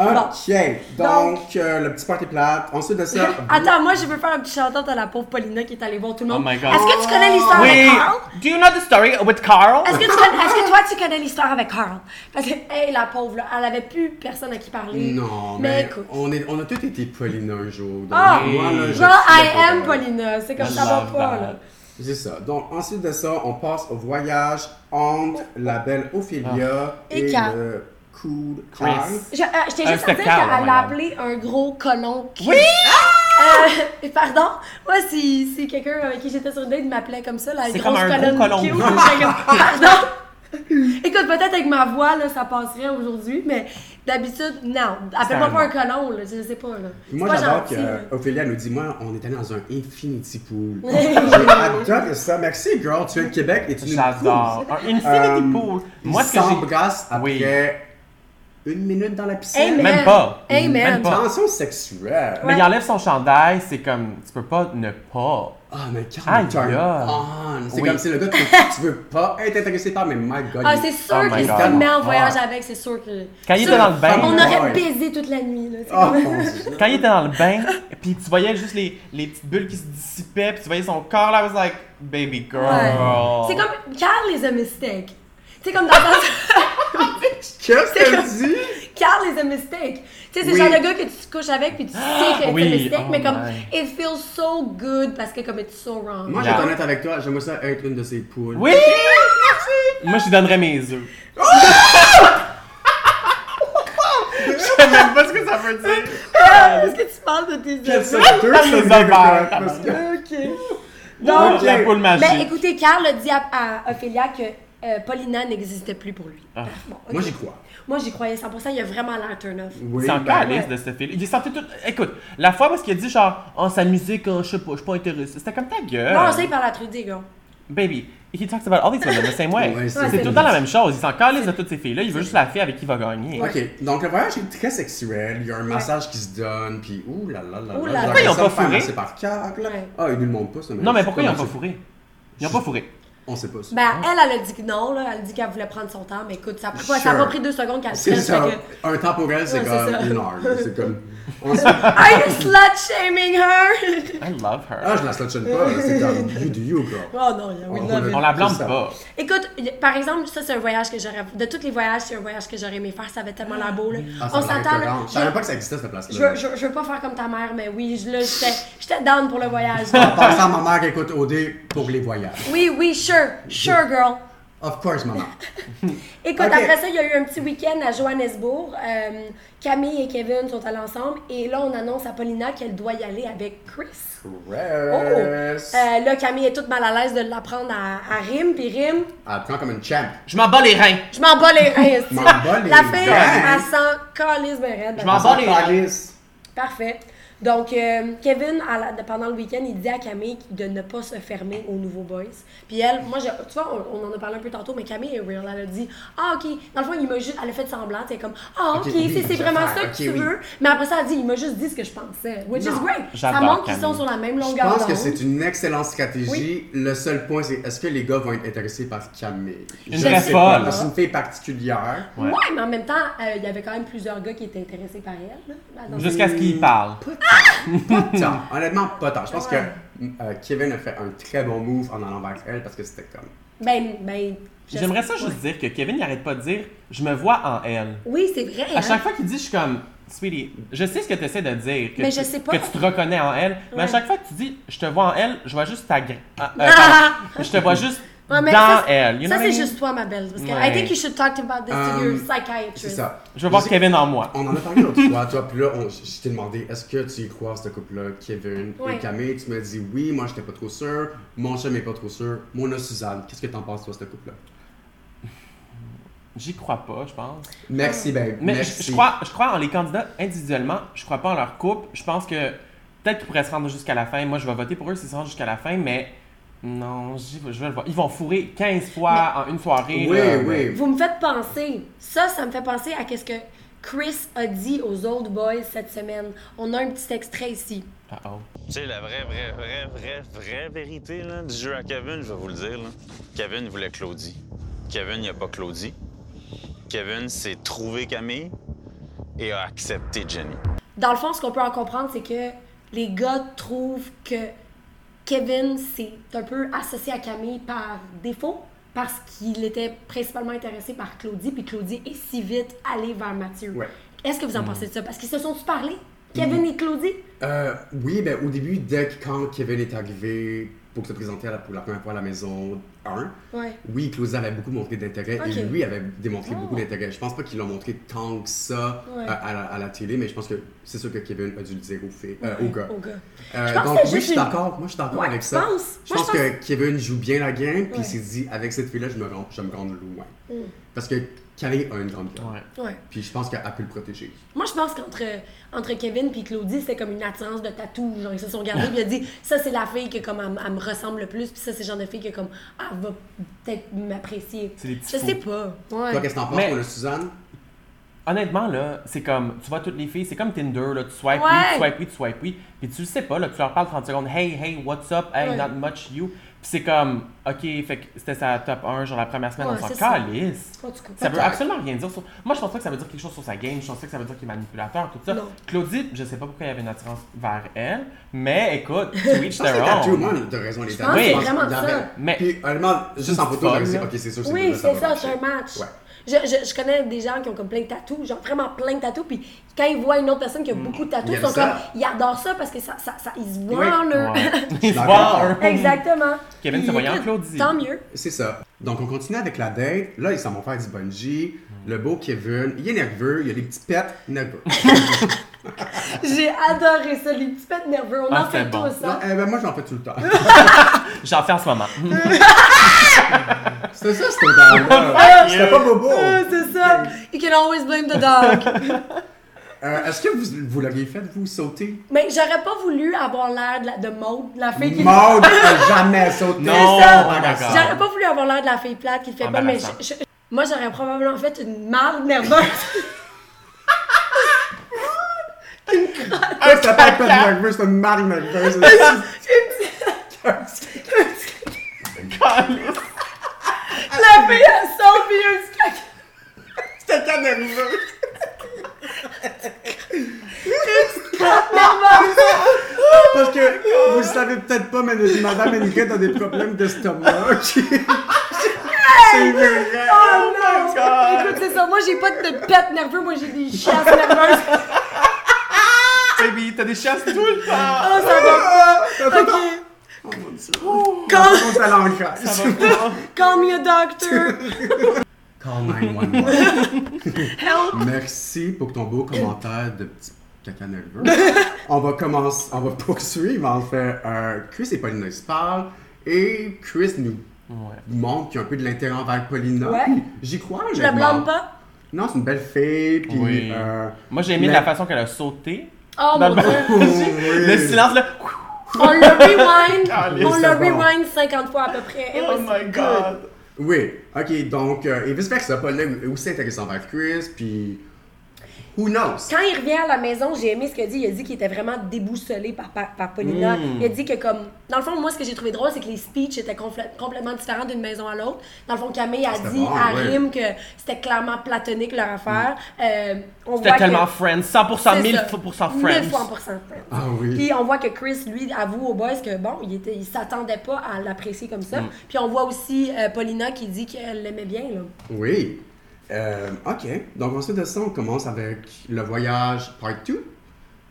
Speaker 3: Ok, donc, euh, le petit party plate. Ensuite de ça,
Speaker 4: Attends, moi, je veux faire un petit chantant à la pauvre Paulina qui est allée voir tout le monde.
Speaker 5: Oh my God.
Speaker 4: Est-ce que tu connais l'histoire
Speaker 5: Oui.
Speaker 4: de Carl?
Speaker 5: Do you know the story with Carl?
Speaker 4: Est-ce que, tu connais- est-ce que toi, tu connais l'histoire avec Carl? Parce que, hey, la pauvre, là, elle avait plus personne à qui parler.
Speaker 3: non,
Speaker 4: mais
Speaker 3: mais
Speaker 4: écoute.
Speaker 3: on, est, on a tous été Paulina un jour. donc
Speaker 4: Ah!
Speaker 3: moi, là, je
Speaker 4: Genre,
Speaker 3: suis
Speaker 4: I am
Speaker 3: Paulina.
Speaker 4: Paulina. C'est comme
Speaker 5: I
Speaker 4: ça va
Speaker 5: love
Speaker 4: pas,
Speaker 5: that.
Speaker 4: là.
Speaker 3: C'est ça. Donc, ensuite de ça, on passe au voyage entre la belle Ophélia
Speaker 4: Et
Speaker 3: et,
Speaker 4: Carl.
Speaker 3: le cool
Speaker 5: Chris.
Speaker 3: Carl.
Speaker 4: Je, euh, je t'ai
Speaker 5: Ah,
Speaker 4: juste à
Speaker 5: c'était
Speaker 4: dire
Speaker 5: Carl, oh
Speaker 4: qu'elle
Speaker 5: my
Speaker 4: l'a
Speaker 5: God.
Speaker 4: appelé un gros colon. Oui! pardon, moi, si, si quelqu'un avec qui j'étais sur une date m'appelait comme ça, la
Speaker 5: C'est
Speaker 4: grosse
Speaker 5: comme un
Speaker 4: colonne
Speaker 5: gros colon.
Speaker 4: cute, j'étais comme, pardon! Écoute, peut-être avec ma voix, là, ça passerait aujourd'hui, mais d'habitude, non. Appelle-moi pas un colon, là, je sais pas. Là.
Speaker 3: Puis Moi,
Speaker 4: C'est pas
Speaker 3: j'adore
Speaker 4: gentil, hein. là.
Speaker 3: qu'Ophélia nous dit, moi, on était dans un infinity pool. J'adore ça. Merci, girl. Tu es de Québec et tu nous
Speaker 5: J'adore. Un Infinity Pool. Moi,
Speaker 3: Moi,
Speaker 5: ce que j'ai.
Speaker 3: s'embrasse Euh, après
Speaker 5: Oui.
Speaker 3: une minute dans la piscine.
Speaker 4: Amen.
Speaker 5: Même pas.
Speaker 4: Amen.
Speaker 5: Même pas.
Speaker 3: Tension sexuelle.
Speaker 5: Mais il enlève son chandail, c'est comme. Tu peux pas ne pas.
Speaker 3: Ah, mais quand
Speaker 5: Aïe,
Speaker 3: turn
Speaker 5: aïe.
Speaker 3: on. C'est
Speaker 5: Oui.
Speaker 3: comme si le gars, tu, tu veux pas être intéressé par, mais my god.
Speaker 4: Ah,
Speaker 3: il-
Speaker 4: c'est sûr
Speaker 5: Oh my
Speaker 4: que si tu
Speaker 5: God.
Speaker 4: te mets en voyage
Speaker 5: Ouais.
Speaker 4: avec, c'est sûr que.
Speaker 5: Quand il
Speaker 4: Sûr,
Speaker 5: était dans le bain.
Speaker 4: On
Speaker 3: là.
Speaker 4: aurait
Speaker 3: Ouais.
Speaker 4: baisé toute la nuit, là. c'est
Speaker 3: Oh,
Speaker 4: comme-
Speaker 3: mon Dieu.
Speaker 5: Quand il était dans le bain, puis tu voyais juste les, les petites bulles qui se dissipaient, puis tu voyais son corps là, I was like, baby girl.
Speaker 4: Ouais.
Speaker 5: Oh.
Speaker 4: C'est comme. Carl is a mistake. C'est comme dans le sens-
Speaker 3: Qu'est-ce
Speaker 4: C'est
Speaker 3: qu'elle
Speaker 4: comme-
Speaker 3: dit?
Speaker 4: Carl is a mistake. Tu sais, c'est le
Speaker 3: Oui.
Speaker 4: genre de gars que tu te couches avec puis tu sais que
Speaker 5: Oui,
Speaker 4: c'est un mistake,
Speaker 5: oh
Speaker 4: mais comme
Speaker 5: my.
Speaker 4: it feels so good parce que comme it's so wrong.
Speaker 3: Moi, je
Speaker 5: Yeah.
Speaker 3: vais être honnête avec toi, j'aimerais ça être une de ces poules.
Speaker 5: Oui! Moi, je lui donnerais mes œufs. je sais même pas ce que ça veut dire.
Speaker 4: Ah, Est-ce que tu parles de tes
Speaker 3: Quel
Speaker 4: yeux?
Speaker 3: secteur,
Speaker 5: Ah,
Speaker 3: ce
Speaker 5: les
Speaker 3: gars,
Speaker 5: ovaires.
Speaker 3: parce que-
Speaker 4: Ok.
Speaker 5: Donc, la poule magique.
Speaker 4: Ben écoutez, Carl a dit à, à Ophélia que euh, Paulina n'existait plus pour lui.
Speaker 5: Ah.
Speaker 4: Bon, ok.
Speaker 3: Moi, j'y crois.
Speaker 4: Moi, j'y croyais 100%, il a vraiment l'air turn off.
Speaker 3: Oui,
Speaker 5: C'est en
Speaker 3: ben,
Speaker 5: calice de ce film. Il est sorti tout. Écoute, la fois parce qu'il a dit genre, oh, sa musique, oh, je sais pas, je suis pas intéressé. C'était comme ta gueule.
Speaker 4: Non, ça, il parle à Trudy, gars.
Speaker 5: Baby, he talks about all these women the same way.
Speaker 3: Ouais, c'est
Speaker 5: c'est
Speaker 4: vrai.
Speaker 5: tout le temps la même chose. Il s'en calisse de toutes ces filles-là. Il veut juste la fille avec qui il va gagner.
Speaker 3: Ok, donc le voyage est très sexuel, il y a un massage qui se donne, puis ouh là là là
Speaker 4: Ouh là là.
Speaker 3: là.
Speaker 4: Pourquoi
Speaker 5: ils ont pas fourré?
Speaker 3: C'est par Carl.
Speaker 4: Ouais.
Speaker 3: Ah, ils nous le montrent pas, ça.
Speaker 5: Non, mais pourquoi ils
Speaker 3: Comment
Speaker 5: ont pas
Speaker 3: ça-
Speaker 5: fourré? Ils ont pas fourré.
Speaker 3: On sait pas ça.
Speaker 4: Ben, elle, elle a dit que non, là. Elle dit qu'elle voulait prendre son temps, mais écoute, ça a pris, quoi? ça a
Speaker 3: Sure.
Speaker 4: pas pris deux secondes qu'elle
Speaker 3: C'est
Speaker 4: stresse,
Speaker 3: ça.
Speaker 4: fait que-
Speaker 3: Un temps pour elle, c'est
Speaker 4: Ouais, c'est
Speaker 3: comme
Speaker 4: ça.
Speaker 3: une heure. C'est comme. Ah, Ensuite-
Speaker 4: Are you slut shaming her?
Speaker 5: I love her.
Speaker 3: Ah, je la slotchaine pas, c'est comme you do you, girl.
Speaker 4: Oh non, yeah, we
Speaker 3: On
Speaker 4: love
Speaker 3: va-
Speaker 4: it.
Speaker 5: On la blâme
Speaker 3: Ah, C'est ça.
Speaker 5: pas.
Speaker 4: Écoute, y- par exemple, ça c'est un voyage que j'aurais. De tous les voyages, c'est un voyage que j'aurais aimé faire. Ça avait tellement la beau, là.
Speaker 3: Ah, ça
Speaker 4: On
Speaker 3: me
Speaker 4: s'entend,
Speaker 3: fait
Speaker 4: là.
Speaker 3: peur. Je savais pas
Speaker 4: Je,
Speaker 3: que ça existait, cette place-là.
Speaker 4: je, veux- je, je veux pas faire comme ta mère, mais oui, je, là, j'étais, j'étais down pour le voyage.
Speaker 3: En pensant à ma mère qui écoute OD pour les voyages.
Speaker 4: oui, oui, sure, sure, girl.
Speaker 3: Of course, maman.
Speaker 4: Écoute,
Speaker 3: Ok.
Speaker 4: après ça, il y a eu un petit week-end à Johannesburg. Euh, Camille et Kevin sont allés ensemble. Et là, on annonce à Paulina qu'elle doit y aller avec Chris. Oh!
Speaker 3: Rest.
Speaker 4: Euh, là, Camille est toute mal à l'aise de l'apprendre à, à Rime, puis Rime,
Speaker 3: Elle prend comme une champ.
Speaker 5: Je m'en bats les reins.
Speaker 4: je m'en bats les reins. esti.
Speaker 3: M'en bats les
Speaker 4: La fille,
Speaker 3: reins.
Speaker 4: elle s'en calise bien raide.
Speaker 5: Je m'en
Speaker 3: On
Speaker 5: bats
Speaker 3: s'en
Speaker 5: les
Speaker 3: calisse.
Speaker 4: Parfait. Donc, euh, Kevin, à la- pendant le week-end, il dit à Camille qu'il- de ne pas se fermer aux nouveaux boys. Puis elle, moi, je- tu vois, on, on en a parlé un peu tantôt, mais Camille est real. Elle a dit Ah, OK. Dans le fond, il m'a juste, elle a fait semblant. C'est comme Ah, OK,
Speaker 3: Ok,
Speaker 4: si
Speaker 3: oui,
Speaker 4: c'est
Speaker 3: je vais
Speaker 4: vraiment
Speaker 3: faire,
Speaker 4: ça que
Speaker 3: ok,
Speaker 4: tu
Speaker 3: oui.
Speaker 4: veux. Mais après ça, elle dit Il m'a juste dit ce que je pensais. Which
Speaker 3: Non,
Speaker 4: is great. Ça
Speaker 5: j'adore
Speaker 4: montre qu'ils
Speaker 5: Camille.
Speaker 4: sont sur la même
Speaker 3: Je
Speaker 4: longueur
Speaker 3: pense
Speaker 4: d'onde.
Speaker 3: que c'est une excellente stratégie.
Speaker 4: Oui.
Speaker 3: Le seul point, c'est est-ce que les gars vont être intéressés par Camille Je
Speaker 5: Une vraie
Speaker 3: sais pas,
Speaker 5: folle.
Speaker 3: parce que C'est une fille particulière.
Speaker 5: Ouais.
Speaker 4: Ouais, mais en même temps, euh, il y avait quand même plusieurs gars qui étaient intéressés par elle. là, dans-
Speaker 5: Jusqu'à ce
Speaker 3: Euh,
Speaker 5: qu'il parle.
Speaker 3: Pas tant. Honnêtement, pas tant. Je pense
Speaker 4: Ouais.
Speaker 3: que euh, Kevin a fait un très bon move en allant vers elle parce que c'était comme.
Speaker 4: Ben, ben. je-
Speaker 5: J'aimerais ça juste
Speaker 4: Ouais.
Speaker 5: dire que Kevin n'arrête pas de dire je me vois en elle.
Speaker 4: Oui, c'est vrai.
Speaker 5: À
Speaker 4: hein.
Speaker 5: chaque fois qu'il dit je suis comme Sweetie, je sais ce que tu essaies de dire. Que
Speaker 4: Mais
Speaker 5: tu,
Speaker 4: je sais pas.
Speaker 5: Que tu te reconnais en elle. Mais
Speaker 4: Ouais.
Speaker 5: à
Speaker 4: Ah!
Speaker 5: chaque fois que tu dis, je te vois en elle, je vois juste ta graine. je te vois juste
Speaker 4: Ouais,
Speaker 5: dans
Speaker 4: mais ça, c'est-
Speaker 5: elle. You
Speaker 4: ça,
Speaker 5: know what
Speaker 4: c'est
Speaker 5: I mean?
Speaker 4: juste toi, ma belle. Parce que
Speaker 5: Ouais.
Speaker 4: I think you should talk about this to
Speaker 3: Um,
Speaker 4: your psychiatrist.
Speaker 3: C'est ça.
Speaker 5: Je veux voir
Speaker 3: sais-
Speaker 5: Kevin en moi.
Speaker 3: On en a parlé l'autre fois, toi, puis là, on- je je t'ai demandé, est-ce que tu y crois, ce couple-là, Kevin
Speaker 4: Ouais.
Speaker 3: et Camille? Tu m'as dit oui, moi, j'étais pas trop sûr, mon chum est pas trop sûr, mon a Suzanne. Qu'est-ce que t'en penses, toi, ce couple-là?
Speaker 5: J'y crois pas, je pense.
Speaker 4: Euh,
Speaker 3: Merci, babe.
Speaker 5: Mais
Speaker 3: merci.
Speaker 5: je, je crois, je crois en les candidats individuellement. Je crois pas en leur couple. Je pense que peut-être qu'ils pourraient se rendre jusqu'à la fin. Moi, je vais voter pour eux s'ils se rendent jusqu'à la fin, mais non, j'y vais- je vais le voir. Ils vont fourrer 15 fois en une soirée.
Speaker 3: Oui,
Speaker 5: là, mais-
Speaker 3: oui.
Speaker 4: Vous me faites penser, ça, ça me fait penser à qu'est-ce que Chris a dit aux Old Boys cette semaine. On a un petit extrait ici.
Speaker 5: Ah, oh.
Speaker 6: Tu sais, la vraie, vraie, vraie, vraie, vraie vérité là, du jeu à Kevin, je vais vous le dire. Là. Kevin voulait Claudie. Kevin, il a pas Claudie. Kevin s'est trouvé Camille et a accepté Jenny.
Speaker 4: Dans le fond, ce qu'on peut en comprendre, c'est que les gars trouvent que Kevin s'est un peu associé à Camille par défaut parce qu'il était principalement intéressé par Claudie, puis Claudie est si vite allée vers Mathieu.
Speaker 3: Ouais. Mm.
Speaker 4: Est-ce que
Speaker 5: Mm.
Speaker 4: vous en pensez de ça? Parce qu'ils se sont-tu parlé? Kevin et Claudie?
Speaker 3: Euh, oui, ben, au début, dès que quand Kevin est arrivé pour se présenter à la- pour la première fois à la maison 1,
Speaker 4: Ouais.
Speaker 3: oui, Claudia avait beaucoup montré d'intérêt et
Speaker 4: Ok. Oh.
Speaker 3: lui avait démontré beaucoup d'intérêt. Je pense pas qu'il l'a montré tant que ça
Speaker 4: Ouais.
Speaker 3: euh, à, la, à la télé, mais je pense que c'est sûr que Kevin a dû le dire aux, filles, euh, aux gars.
Speaker 4: Au gars.
Speaker 3: Euh,
Speaker 4: Je
Speaker 3: donc,
Speaker 4: pense que
Speaker 3: oui,
Speaker 4: c'est
Speaker 3: je
Speaker 4: juste
Speaker 3: suis
Speaker 4: une-
Speaker 3: d'accord. Moi, je suis d'accord
Speaker 4: Ouais,
Speaker 3: avec
Speaker 4: tu
Speaker 3: ça.
Speaker 4: penses?
Speaker 3: Je
Speaker 4: Moi,
Speaker 3: pense,
Speaker 4: je
Speaker 3: que Kevin joue bien la game, puis
Speaker 4: Ouais. Mm.
Speaker 3: il s'est dit, avec cette fille-là, je me rends, je vais me rendre loin. Parce que Camille a une grande gueule.
Speaker 5: Ouais.
Speaker 4: Ouais.
Speaker 3: Puis je pense qu'elle a pu le protéger.
Speaker 4: Moi, je pense qu'entre entre Kevin et Claudie, c'était comme une attirance de tatou. Genre, ils se sont regardés puis il a dit Ça, c'est la fille que comme, elle, elle me ressemble le plus, puis ça, c'est le genre de fille que comme elle va peut-être m'apprécier.
Speaker 5: C'est des
Speaker 4: Je
Speaker 5: petits
Speaker 4: sais
Speaker 5: fous.
Speaker 4: pas. Ouais.
Speaker 3: Toi, qu'est-ce que t'en penses
Speaker 5: Mais-
Speaker 3: pour le Suzanne?
Speaker 5: Honnêtement, là, c'est comme, tu vois toutes les filles, c'est comme Tinder, là, tu swipes oui,
Speaker 4: Ouais.
Speaker 5: tu swipes oui, tu swipes oui, puis tu le sais pas, là, tu leur parles 30 secondes, hey, hey, what's up, hey,
Speaker 4: Ouais.
Speaker 5: not much you, puis c'est comme, ok, fait que c'était sa top 1, genre la première semaine,
Speaker 4: Ouais,
Speaker 5: on s'en
Speaker 4: c'est ça.
Speaker 5: calisse.
Speaker 4: En tout cas.
Speaker 5: Ça veut
Speaker 3: Peut-être.
Speaker 5: absolument rien dire. sur- Moi, je pense pas que ça veut dire quelque chose sur sa game. Je pense pas que ça veut dire qu'il est manipulateur, tout ça.
Speaker 4: Non.
Speaker 5: Claudie, je sais pas pourquoi il y avait une attirance vers elle, mais écoute, to
Speaker 3: Je pense
Speaker 5: each
Speaker 3: que
Speaker 5: their
Speaker 3: t'as tout le
Speaker 5: own.
Speaker 3: monde de raison, les
Speaker 4: pense
Speaker 3: tatous,
Speaker 5: que c'est
Speaker 3: je qu'il
Speaker 4: vraiment
Speaker 3: y
Speaker 4: ça.
Speaker 3: avait-
Speaker 5: Mais-
Speaker 3: Puis, honnêtement, juste en
Speaker 5: petite
Speaker 3: photo, je
Speaker 5: folle,
Speaker 3: sais,
Speaker 5: là.
Speaker 3: ok, c'est sûr, c'est
Speaker 4: Oui,
Speaker 3: deux,
Speaker 4: c'est
Speaker 3: va
Speaker 4: ça,
Speaker 3: marcher.
Speaker 4: c'est un match.
Speaker 3: Ouais.
Speaker 4: Je, je, je connais des gens qui ont comme plein de tatous, genre vraiment plein de tatous, puis quand ils voient une autre personne qui a beaucoup de tatous,
Speaker 3: Mm. Ils
Speaker 4: ils sont
Speaker 3: aiment ça.
Speaker 4: comme, ils adorent ça parce que ça, ça, ça ils se voient
Speaker 3: Oui.
Speaker 4: en eux.
Speaker 5: Ouais.
Speaker 3: suis d'accord.
Speaker 5: Voir.
Speaker 4: Exactement.
Speaker 5: Kevin se
Speaker 4: Puis,
Speaker 5: voyait en
Speaker 4: écoute,
Speaker 5: Claudie.
Speaker 4: Tant mieux.
Speaker 3: C'est ça. Donc, on continue avec la date. Là, ils s'en vont faire du bungee. Le beau Kevin, il est nerveux, il a des petits pets nerveux.
Speaker 4: J'ai adoré ça, les petits pets nerveux. On
Speaker 5: Ah,
Speaker 4: en fait
Speaker 5: c'était bon.
Speaker 4: tous, hein.
Speaker 3: Non,
Speaker 4: ça.
Speaker 3: eh ben, moi, j'en fais tout le temps.
Speaker 5: J'en fais en ce moment.
Speaker 3: C'est ça, c'était dans le C'était pas bobo.
Speaker 4: Ah, c'est ça. You can always blame the dog.
Speaker 3: Euh, Est-ce que vous, vous l'aviez fait, vous, sauter?
Speaker 4: Mais j'aurais pas voulu avoir l'air de, la, de Maud, la fille qui.
Speaker 3: Maud n'a jamais sauté.
Speaker 5: Non,
Speaker 4: ça.
Speaker 5: oh my God. Ah, ben,
Speaker 4: J'aurais pas voulu avoir l'air de la fille plate qui le fait pas, mais
Speaker 5: Embarrassant.
Speaker 4: je- je- moi j'aurais probablement fait une malle nerveuse.
Speaker 3: Ah, Ça, c'est pas un pet nerveux, c'est une marque nerveuse.
Speaker 4: la fille elle saute puis il y a un petit caca.
Speaker 3: C'était pas nerveux. Parce que vous le savez peut-être pas, mais le- Madame Enriquette a des problèmes d'estomac. C'est vrai.
Speaker 4: Oh non! Écoute, c'est ça. Moi j'ai pas de pets nerveux, moi j'ai des chasses nerveuses.
Speaker 5: Baby, t'as des chasses tout le temps.
Speaker 4: Oh, ça va.
Speaker 3: T'as pas-
Speaker 4: Ok.
Speaker 3: Oh mon dieu.
Speaker 4: Call,
Speaker 3: Mon talent en crasse.
Speaker 5: Ça va pas.
Speaker 4: call me a doctor.
Speaker 3: Call 911.
Speaker 4: Help.
Speaker 3: Merci pour ton beau commentaire de petit caca nerveux. on va commencer, on va poursuivre en fait. Euh, Chris et Paulina ils se parlent et Chris nous
Speaker 5: Ouais.
Speaker 3: montre qu'il y a un peu de l'intérêt envers Paulina.
Speaker 4: Ouais.
Speaker 3: Puis, J'y crois,
Speaker 4: Je la
Speaker 3: honnêtement.
Speaker 4: blâme pas.
Speaker 3: Non, c'est une belle fille. Puis,
Speaker 5: Oui.
Speaker 3: euh,
Speaker 5: Moi, j'ai aimé
Speaker 3: mais-
Speaker 5: la façon qu'elle a sauté.
Speaker 4: Oh
Speaker 5: Dans
Speaker 4: mon
Speaker 5: le-
Speaker 4: dieu.
Speaker 3: Oui.
Speaker 5: Le silence, là.
Speaker 4: On le rewind, on
Speaker 3: c'est
Speaker 4: le
Speaker 3: bon.
Speaker 4: rewind 50 fois à peu
Speaker 3: Oh
Speaker 4: près. Et voici-
Speaker 3: Oui, ok, donc, euh, et vice-versa, Paulina est aussi intéressant vers Chris, puis. Who knows?
Speaker 4: Quand il revient à la maison, j'ai aimé ce qu'il a dit. Il a dit qu'il était vraiment déboussolé par, par, par Paulina.
Speaker 3: Hmm.
Speaker 4: Il a dit que comme... Dans le fond, moi, ce que j'ai trouvé drôle, c'est que les speeches étaient complè- complètement différents d'une maison à l'autre. Dans le fond, Camille a
Speaker 3: C'était
Speaker 4: dit
Speaker 3: bon,
Speaker 4: à
Speaker 3: ouais. Hmm.
Speaker 4: Rim que c'était clairement platonique leur affaire. Euh, on voit
Speaker 5: C'était
Speaker 4: que-
Speaker 5: tellement friends. 100%,
Speaker 4: C'est
Speaker 5: 1000%
Speaker 4: ça.
Speaker 5: friends.
Speaker 4: 1000 fois en pourcent friends.
Speaker 3: Ah oui.
Speaker 4: Puis on voit que Chris, lui, avoue aux boys que bon, il était, il s'attendait pas
Speaker 3: Hmm.
Speaker 4: à l'apprécier comme ça. Puis on voit aussi euh, Paulina qui dit qu'elle l'aimait bien, là.
Speaker 3: Oui. Euh, OK. Donc, ensuite de ça, on commence avec le voyage part 2.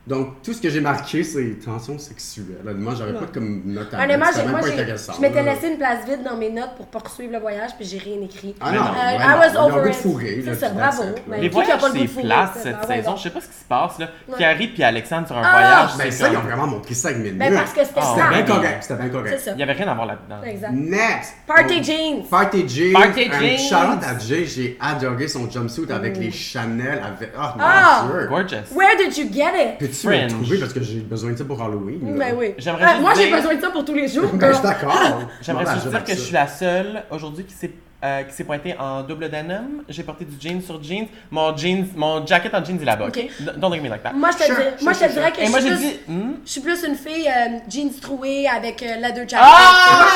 Speaker 3: Donc, tout ce que j'ai marqué, c'est tension sexuelle. Honnêtement, j'avais pas de comme note à
Speaker 4: Honnêtement,
Speaker 3: mettre.
Speaker 4: j'ai-
Speaker 3: C'était
Speaker 4: Ah,
Speaker 3: même
Speaker 4: moi,
Speaker 3: pas
Speaker 4: j'ai-
Speaker 3: intéressant.
Speaker 4: je m'étais
Speaker 3: là.
Speaker 4: laissé une place vide dans mes notes pour poursuivre le voyage, puis j'ai rien écrit.
Speaker 3: Ah non,
Speaker 4: Euh,
Speaker 3: ouais, non, il y
Speaker 4: I was
Speaker 3: a un
Speaker 4: over
Speaker 3: goût de
Speaker 4: it.
Speaker 3: fourré, là,
Speaker 4: C'est ça,
Speaker 3: puis
Speaker 4: bravo.
Speaker 3: that's it, là.
Speaker 4: Mais
Speaker 5: Les
Speaker 4: qui a
Speaker 5: voyages,
Speaker 4: pas le goût de
Speaker 5: c'est
Speaker 4: fourrer,
Speaker 5: plate
Speaker 4: ça?
Speaker 5: cette
Speaker 4: Ah ouais,
Speaker 5: saison.
Speaker 4: donc.
Speaker 5: Je sais pas ce qui se passe, là.
Speaker 4: Ouais.
Speaker 5: Carrie puis Alexandre sur un
Speaker 4: Ah,
Speaker 5: voyage,
Speaker 3: Ben,
Speaker 5: c'est
Speaker 3: ça, ils ont
Speaker 5: comme...
Speaker 3: vraiment montré 5 minutes.
Speaker 4: Ben, parce que c'était
Speaker 5: Ah,
Speaker 3: C'était
Speaker 4: ça.
Speaker 3: bien
Speaker 5: ouais.
Speaker 3: correct. C'était bien
Speaker 4: C'est
Speaker 3: correct.
Speaker 4: ça.
Speaker 5: Il y avait rien à voir là-dedans.
Speaker 4: Exact.
Speaker 3: Next!
Speaker 4: Party
Speaker 3: On-
Speaker 4: jeans.
Speaker 3: Party Jeans.
Speaker 5: Party
Speaker 3: Un
Speaker 5: Jeans.
Speaker 3: Shout-out à Jay, j'ai adoré son jumpsuit avec les Chanel. Avec... Oh, mon
Speaker 4: Mm. Ah!
Speaker 3: Dieu!
Speaker 5: Gorgeous.
Speaker 4: Where did you get it?
Speaker 3: Peux-tu me le
Speaker 5: Fringe.
Speaker 3: trouver parce que j'ai besoin de ça pour Halloween? là.
Speaker 4: Ben oui.
Speaker 5: J'aimerais
Speaker 4: Ah,
Speaker 5: juste
Speaker 4: moi, j'ai
Speaker 5: dire-
Speaker 4: besoin de ça pour tous les jours.
Speaker 3: euh, Ben, je suis d'accord.
Speaker 5: J'aimerais
Speaker 3: Bon, ben,
Speaker 5: juste
Speaker 3: je
Speaker 5: dire
Speaker 3: vais
Speaker 5: que je
Speaker 3: ça.
Speaker 5: suis la seule aujourd'hui qui s'est euh, qui s'est pointée en double denim. J'ai porté du jean sur jeans. Mon jeans, mon jacket en jeans est là-bas.
Speaker 4: Ok.
Speaker 5: D- Don't look at me like that.
Speaker 4: Moi, je te
Speaker 3: Sure,
Speaker 4: dirais-
Speaker 3: sure,
Speaker 4: moi, je te
Speaker 3: sure,
Speaker 4: dirais que
Speaker 5: Et
Speaker 4: je
Speaker 5: moi, j'ai
Speaker 4: suis
Speaker 5: dit...
Speaker 4: plus-
Speaker 5: hmm?
Speaker 4: je suis plus une fille euh, jeans troués avec euh, leather jacket.
Speaker 5: Ah!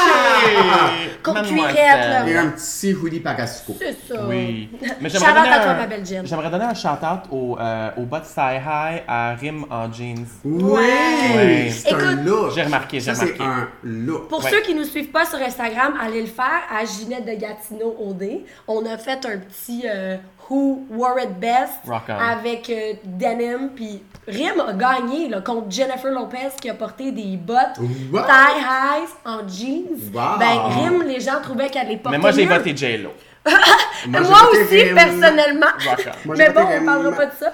Speaker 4: Coupe
Speaker 5: Mademoiselle.
Speaker 4: cuirette, là.
Speaker 3: Et un petit hoodie parasco.
Speaker 4: C'est ça.
Speaker 5: Oui. Mais
Speaker 4: Shout-out à toi,
Speaker 5: un-
Speaker 4: ma belle Jen.
Speaker 5: J'aimerais donner un shout-out au, euh, au bot sci-hi à rime en jeans.
Speaker 3: Oui!
Speaker 4: Ouais.
Speaker 3: C'est un
Speaker 4: Écoute,
Speaker 3: look!
Speaker 5: j'ai remarqué,
Speaker 3: Ça,
Speaker 5: j'ai
Speaker 3: c'est
Speaker 5: remarqué.
Speaker 3: un look.
Speaker 4: Pour
Speaker 5: Ouais.
Speaker 4: ceux qui nous suivent pas sur Instagram, allez le faire à Ginette de Gatineau OD. On a fait un petit euh, Who Wore It Best
Speaker 5: Rock on.
Speaker 4: avec euh, Denim. Puis Rim a gagné là, contre Jennifer Lopez qui a porté des bottes
Speaker 3: Wow!
Speaker 4: tie-highs en jeans.
Speaker 3: Wow!
Speaker 4: Ben Rim, les gens trouvaient qu'elle les portait
Speaker 5: Mais moi, j'ai
Speaker 4: mieux.
Speaker 5: voté J-Lo.
Speaker 3: j'ai
Speaker 4: Moi, aussi,
Speaker 3: voté Rim.
Speaker 4: personnellement.
Speaker 5: Rock on.
Speaker 3: Moi, j'ai
Speaker 4: Mais bon,
Speaker 3: voté
Speaker 4: on
Speaker 3: Rim.
Speaker 4: parlera pas de ça.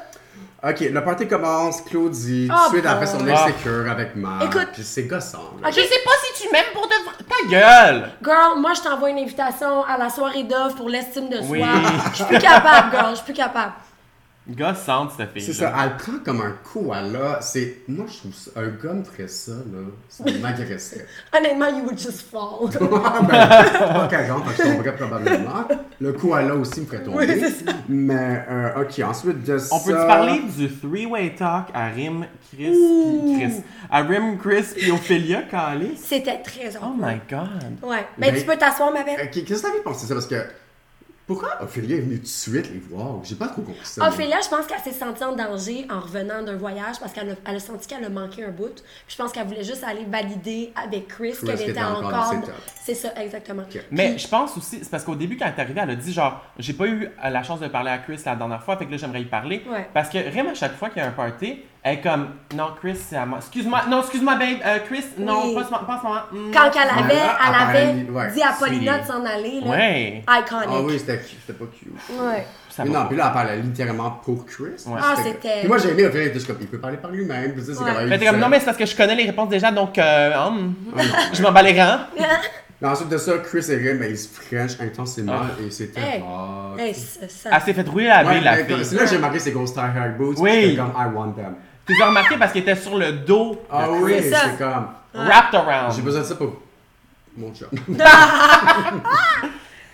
Speaker 3: Ok, le party commence. Claudie, tout de
Speaker 4: Oh,
Speaker 3: suite, elle
Speaker 4: bon.
Speaker 3: fait son
Speaker 5: Ah.
Speaker 3: insecure avec Marc.
Speaker 4: Écoute.
Speaker 3: Puis c'est gossant. là.
Speaker 4: Ok, c'est
Speaker 5: pas si tu m'aimes pour de vrai. Ta gueule!
Speaker 4: Girl, moi, je t'envoie une invitation à la soirée d'offre pour l'estime de soi.
Speaker 5: Oui.
Speaker 4: Je suis plus capable, girl. Je suis plus capable.
Speaker 5: Gossante, cette fille.
Speaker 3: C'est ça, elle le prend comme un koala. C'est. Moi, je trouve ça. Un gars me ferait ça, là. Ça m'agressait.
Speaker 4: Honnêtement, you would just fall.
Speaker 3: Ah, ben, pas qu'elle rentre, je tomberais probablement. Le koala aussi me ferait tomber.
Speaker 4: Oui, c'est ça.
Speaker 3: Mais, euh, ok, ensuite de ça.
Speaker 5: On peut-tu parler du three-way talk à Rim, Chris, puis Chris? À Rim, Chris, puis Ophelia, Calis?
Speaker 4: C'était très
Speaker 5: Oh
Speaker 4: drôle.
Speaker 5: my god!
Speaker 4: Ouais. Mais
Speaker 3: Mais-
Speaker 4: tu peux t'asseoir, ma belle.
Speaker 3: Euh, Ok, Qu'est-ce que t'avais pensé de ça? Parce que. Pourquoi Ophélie est venue tout de suite les voir? J'ai pas trop compris ça.
Speaker 4: Ophélia, je pense qu'elle s'est sentie en danger en revenant d'un voyage parce qu'elle a, elle a senti qu'elle a manqué un bout. Puis je pense qu'elle voulait juste aller valider avec Chris
Speaker 3: Chris
Speaker 4: qu'elle
Speaker 3: qui
Speaker 4: était
Speaker 3: était encore
Speaker 4: encore.
Speaker 3: dans ses tops.
Speaker 4: C'est ça, exactement.
Speaker 5: Mais je pense aussi, c'est parce qu'au début, quand elle est arrivée, elle a dit genre, j'ai pas eu euh, la chance de parler à Chris la dernière fois, fait que là, j'aimerais y parler.
Speaker 4: Ouais.
Speaker 5: Parce que Rim, à chaque fois qu'il y a un party, elle est comme, non, Chris, c'est à moi. Excuse-moi, non, excuse-moi, babe, euh, Chris, non,
Speaker 4: Oui.
Speaker 5: pas, ce mo- pas en ce moment. Hmm.
Speaker 4: Quand elle avait,
Speaker 3: Ouais.
Speaker 4: elle
Speaker 3: Ah,
Speaker 4: avait
Speaker 3: elle- ouais,
Speaker 4: dit à Paulina de
Speaker 5: sweetie.
Speaker 4: s'en aller. Là.
Speaker 5: Ouais.
Speaker 4: Iconic.
Speaker 3: Ah oui, c'était c'était pas cute.
Speaker 4: Ouais.
Speaker 5: Ça
Speaker 3: Mais
Speaker 5: va
Speaker 3: non,
Speaker 5: pas.
Speaker 3: puis là, elle parlait littéralement pour Chris.
Speaker 5: Ouais.
Speaker 4: Ah, c'était-
Speaker 3: Puis moi, j'ai aimé Ophélie, elle était juste comme, il peut parler par lui-même. Puis ça, c'est
Speaker 4: Ouais.
Speaker 3: quand même.
Speaker 5: Fait que t'es comme, non, mais c'est parce que je connais les réponses déjà, donc, euh, hum, je m'en bats les rangs.
Speaker 3: Mais ensuite de ça, Chris et Rim, ben, ils se frenchent intensément
Speaker 5: Ah.
Speaker 3: et c'était
Speaker 4: Hey.
Speaker 3: hot.
Speaker 4: Hey, ça, ça-
Speaker 5: Elle s'est fait rouler la
Speaker 3: Ouais,
Speaker 5: bille, la
Speaker 3: mais comme-
Speaker 5: fille.
Speaker 3: c'est là que j'ai marqué ces grosses Star High Boots.
Speaker 5: Oui.
Speaker 3: J'étais comme, I want them.
Speaker 5: Tu l'as remarqué parce qu'elle était sur le dos. de
Speaker 3: Ah
Speaker 5: Chris.
Speaker 3: oui,
Speaker 4: C'est ça.
Speaker 3: c'est comme,
Speaker 5: Wrapped around.
Speaker 3: j'ai besoin de ça pour mon job.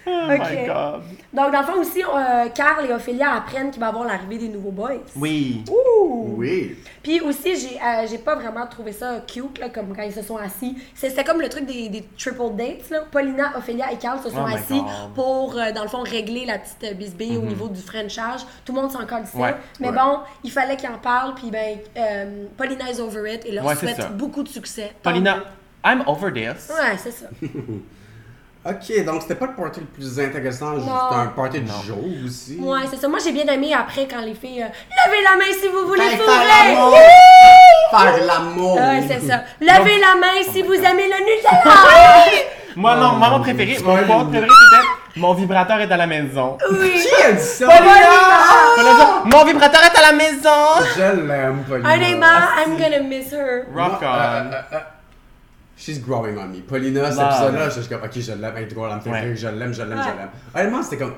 Speaker 5: Oh
Speaker 4: Ok.
Speaker 5: my god.
Speaker 4: Donc, dans le fond aussi, euh, Carl et Ophélia apprennent qu'il va y avoir l'arrivée des nouveaux boys.
Speaker 5: Oui.
Speaker 3: oui.
Speaker 4: Puis aussi, j'ai euh, j'ai pas vraiment trouvé ça cute, là, comme quand ils se sont assis. C'est- C'était comme le truc des, des triple dates. Là. Paulina, Ophélia et Carl se sont
Speaker 5: Oh my
Speaker 4: assis
Speaker 5: God. Mm-hmm.
Speaker 4: pour, euh, dans le fond, régler la petite euh, bisbille au niveau du Frenchage. Tout le monde s'en calissait.
Speaker 5: Ouais,
Speaker 4: Mais
Speaker 3: ouais.
Speaker 4: bon, il fallait qu'ils en parlent. Puis ben, euh, Paulina is over it et leur
Speaker 5: Ouais, c'est ça.
Speaker 4: souhaite beaucoup de succès. Tant
Speaker 5: Paulina,
Speaker 4: mieux.
Speaker 5: I'm over this.
Speaker 4: Ouais, c'est ça.
Speaker 3: Ok, donc c'était pas le party le plus intéressant, juste
Speaker 4: Non.
Speaker 3: un party de
Speaker 5: Non.
Speaker 3: jour aussi.
Speaker 4: Ouais, c'est ça. Moi, j'ai bien aimé après quand les filles. euh, Levez la main si vous voulez
Speaker 3: Ben, Faire
Speaker 4: fourrer!
Speaker 3: l'amour! Faire l'amour!
Speaker 4: Ouais, c'est ça. Levez la main
Speaker 5: Oh
Speaker 4: si vous aimez le Nutella!
Speaker 5: Moi,
Speaker 3: Oh,
Speaker 5: non, moi, mon préféré, mon
Speaker 3: Paulina.
Speaker 5: point préféré, c'était mon vibrateur est à la maison.
Speaker 4: Oh, Oui!
Speaker 3: Qui a dit ça?
Speaker 5: Paulina, Mon vibrateur est à la maison!
Speaker 3: Je l'aime, Paulina.
Speaker 4: Honnêtement,
Speaker 5: euh,
Speaker 4: I'm gonna miss her.
Speaker 5: Rock
Speaker 3: Euh, euh,
Speaker 5: on.
Speaker 3: euh, euh, She's growing on me. Paulina, cette
Speaker 5: Love.
Speaker 3: personne-là, je suis comme, ok, je l'aime, elle est drôle, elle me fait
Speaker 5: Ouais.
Speaker 3: rire, je l'aime, je l'aime,
Speaker 4: Ouais.
Speaker 3: je l'aime. Honnêtement, c'était comme,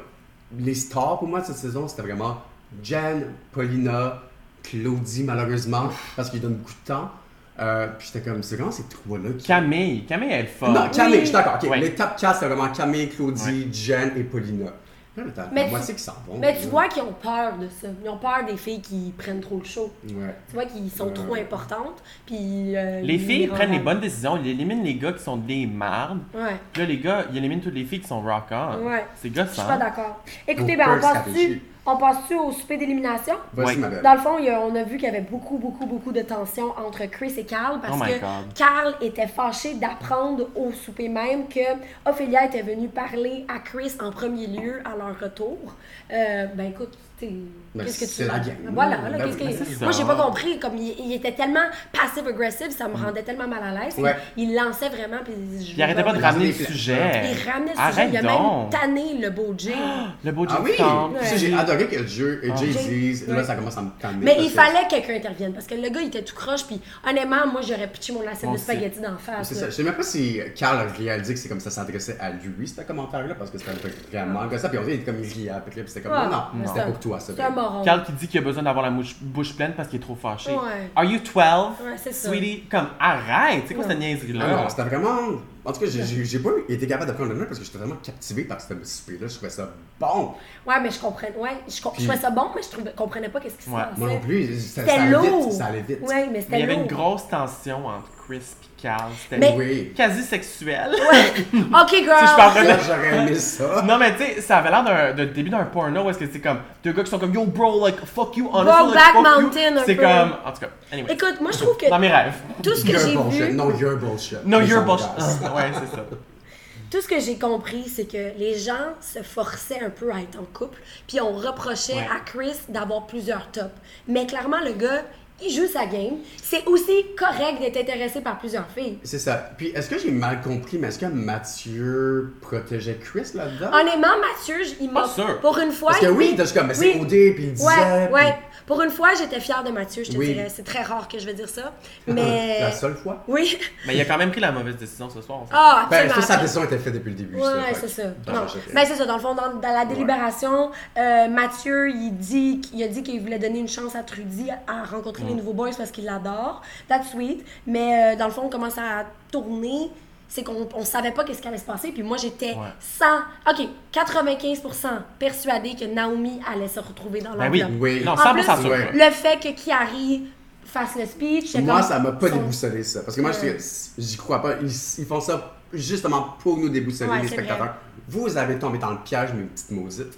Speaker 3: les stars pour moi de cette saison, c'était vraiment Jen, Paulina, Claudie, malheureusement, parce qu'ils donnent beaucoup de temps. Euh, puis j'étais comme, c'est vraiment ces trois-là qui.
Speaker 5: Camille, Camille, elle est forte.
Speaker 3: Non, Camille, je suis d'accord. ok.
Speaker 5: Ouais.
Speaker 3: Les top 4, c'est vraiment Camille, Claudie, Jen et Paulina. Là, t'as
Speaker 4: Mais
Speaker 3: la
Speaker 4: tu-
Speaker 3: moitié qui s'en vont.
Speaker 4: Mais tu
Speaker 3: là.
Speaker 4: vois qu'ils ont peur de ça. Ils ont peur des filles qui prennent trop le show.
Speaker 3: Ouais.
Speaker 4: Tu vois qu'ils sont
Speaker 3: Ouais.
Speaker 4: trop importantes. Puis. euh,
Speaker 5: Euh. Les
Speaker 4: ils
Speaker 5: filles
Speaker 4: rendent-
Speaker 5: prennent les bonnes décisions, ils éliminent les gars qui sont des mardes.
Speaker 4: Ouais.
Speaker 5: Puis là, les gars, ils éliminent toutes les filles qui sont rock on.
Speaker 4: Ouais.
Speaker 5: C'est
Speaker 4: Je suis pas
Speaker 5: gossant.
Speaker 4: d'accord. Écoutez,
Speaker 3: Au
Speaker 4: ben, on
Speaker 3: peur
Speaker 4: passe-tu
Speaker 3: stratégie.
Speaker 4: On passe-tu au souper d'élimination?
Speaker 3: Vas-y,
Speaker 5: Ouais.
Speaker 3: ma belle.
Speaker 4: Dans le fond, il y a- on a vu qu'il y avait beaucoup, beaucoup, beaucoup de tensions entre Chris et Carl parce
Speaker 5: Oh my
Speaker 4: que
Speaker 5: God.
Speaker 4: Carl était fâché d'apprendre au souper même que Ophélia était venue parler à Chris en premier lieu à leur retour. Euh, ben écoute, t'es-
Speaker 3: Ben,
Speaker 4: qu'est-ce que tu
Speaker 3: c'est la gang.
Speaker 4: Voilà, là,
Speaker 3: Ben
Speaker 4: qu'est-ce
Speaker 3: oui,
Speaker 4: que-
Speaker 3: ben c'est
Speaker 4: Moi, j'ai
Speaker 5: bizarre. Mm.
Speaker 4: pas compris. Comme il, il était tellement passive-aggressive, ça me rendait tellement mal à l'aise.
Speaker 3: Ouais.
Speaker 4: Il lançait vraiment. Puis je-
Speaker 5: Il arrêtait pas de
Speaker 3: Il
Speaker 5: ramener le
Speaker 3: ramenait-
Speaker 5: sujet.
Speaker 4: Il ramenait le sujet.
Speaker 5: Arrête
Speaker 4: Il a même
Speaker 5: donc.
Speaker 4: tanné le beau Jay.
Speaker 5: Le beau
Speaker 3: Ah oui!
Speaker 5: Tom.
Speaker 3: Ça, J'ai adoré que Jay, et Jay
Speaker 4: Jay-
Speaker 3: dise, là,
Speaker 4: ouais.
Speaker 3: ça commence à me calmer.
Speaker 4: Mais
Speaker 3: parce
Speaker 4: il
Speaker 3: que-
Speaker 4: fallait que quelqu'un intervienne parce que le gars il était tout croche puis honnêtement moi j'aurais pitché mon assiette
Speaker 5: Moi
Speaker 4: de
Speaker 5: aussi.
Speaker 4: spaghetti d'en face.
Speaker 3: C'est
Speaker 4: là.
Speaker 3: ça. Je sais même pas si Carl a réalisé que c'est comme ça s'adressait à lui, ce commentaire-là, parce que c'était vraiment comme ça. Puis on dirait, il était comme il riait après, puis c'était comme, non,
Speaker 4: Ouais, mais
Speaker 3: non,
Speaker 4: Ah, c'est
Speaker 3: c'était
Speaker 4: un-
Speaker 3: pour toi, ça. ben.
Speaker 4: C'est un
Speaker 3: babe.
Speaker 4: moron.
Speaker 5: Carl qui dit qu'il a besoin d'avoir la mouche- bouche pleine parce qu'il est trop fâché.
Speaker 4: Ouais.
Speaker 5: Are you 12?
Speaker 4: Ouais, c'est ça.
Speaker 5: Sweetie, comme arrête! C'est quoi cette niaiserie-là?
Speaker 3: Ah non, c'était vraiment. En tout cas, j'ai- j'ai j'ai pas été capable de prendre le nom parce que j'étais vraiment captivé par ce souper-là. Je trouvais ça bon.
Speaker 4: Ouais mais je comprenais. Ouais, je, com- je trouvais ça bon mais je trouvais- comprenais pas qu'est-ce qui se
Speaker 5: Ouais,
Speaker 4: passait.
Speaker 3: Moi non plus, ça, ça
Speaker 4: C'était
Speaker 3: allait
Speaker 4: lourd.
Speaker 3: vite. Ça allait vite.
Speaker 4: Ouais mais
Speaker 5: Mais
Speaker 4: c'était
Speaker 5: il y avait
Speaker 4: lourd.
Speaker 5: une grosse tension entre Chris et Carl. C'était
Speaker 4: Mais-
Speaker 3: Oui.
Speaker 5: quasi sexuel.
Speaker 4: Ok girl.
Speaker 5: si je parle
Speaker 3: Là,
Speaker 5: de-
Speaker 3: J'aurais aimé ça.
Speaker 5: Non, mais tu sais, ça avait l'air d'un d'un début d'un porno où est-ce que c'est comme deux gars qui sont comme Yo, bro, like, fuck you, honestly, like,
Speaker 4: Brokeback
Speaker 5: fuck
Speaker 4: Mountain,
Speaker 5: you.
Speaker 4: un
Speaker 5: C'est
Speaker 4: peu.
Speaker 5: comme, en tout cas, anyway.
Speaker 4: Écoute moi je trouve que
Speaker 5: Dans mes rêves.
Speaker 4: tout ce que
Speaker 3: You're
Speaker 4: j'ai
Speaker 3: bullshit.
Speaker 4: vu,
Speaker 3: Non, you're bullshit.
Speaker 5: No,
Speaker 3: Les
Speaker 5: you're
Speaker 3: autres
Speaker 5: bullshit.
Speaker 3: gars.
Speaker 5: Ah, ouais, c'est ça.
Speaker 4: tout ce que j'ai compris c'est que les gens se forçaient un peu à être en couple puis on reprochait
Speaker 5: Ouais.
Speaker 4: à Chris d'avoir plusieurs tops. Mais clairement le gars il joue sa game. C'est aussi correct d'être intéressé par plusieurs filles.
Speaker 3: C'est ça. Puis est-ce que j'ai mal compris, mais est-ce que Mathieu protégeait Chris là-dedans? Euh,
Speaker 4: Honnêtement, Mathieu, j- il m'a.
Speaker 5: Pas sûr.
Speaker 4: Pour une fois.
Speaker 3: Parce que
Speaker 4: il-
Speaker 3: oui, t'as juste comme, mais c'est
Speaker 4: Oui.
Speaker 3: OD, puis il disait.
Speaker 4: Ouais,
Speaker 3: puis-
Speaker 4: ouais. Pour une fois, j'étais fière de Mathieu, je te
Speaker 3: Oui.
Speaker 4: dirais. C'est très rare que je vais dire ça. Mais.
Speaker 3: La seule fois.
Speaker 4: Oui.
Speaker 5: Mais il a quand même pris la mauvaise décision ce soir. on s'en-
Speaker 4: Ah,
Speaker 3: Ben, ça,
Speaker 4: absolument.
Speaker 3: sa décision était faite depuis le début.
Speaker 4: Ouais,
Speaker 3: fait
Speaker 4: c'est
Speaker 3: que-
Speaker 4: ça.
Speaker 3: Non,
Speaker 4: Non.
Speaker 3: j'étais-
Speaker 4: Ben, c'est ça. Dans le fond, dans, dans la délibération, euh, Mathieu, il dit qu'il a dit qu'il voulait donner une chance à Trudy à rencontrer
Speaker 5: Mm.
Speaker 4: les nouveaux boys parce qu'il l'adore. That's sweet. Mais euh, dans le fond, on commence à tourner. C'est qu'on on savait pas qu'est-ce qui allait se passer. Puis moi, j'étais 100, OK, 95% persuadée que Naomi allait se retrouver dans
Speaker 5: Ben
Speaker 4: l'enveloppe.
Speaker 5: oui.
Speaker 3: Oui.
Speaker 5: Non,
Speaker 3: En
Speaker 5: 100%
Speaker 4: plus,
Speaker 5: sûr.
Speaker 3: ouais.
Speaker 4: Le fait que Kiari fasse le speech, c'est
Speaker 3: Moi,
Speaker 4: comme-
Speaker 3: ça m'a pas
Speaker 4: son-
Speaker 3: déboussolé ça. Parce que moi,
Speaker 4: Ouais.
Speaker 3: je- j'y crois pas. Ils, ils font ça justement pour nous déboussoler,
Speaker 4: Ouais,
Speaker 3: les
Speaker 4: c'est vrai.
Speaker 3: spectateurs. Vous avez tombé dans le piège, mes petites mausites.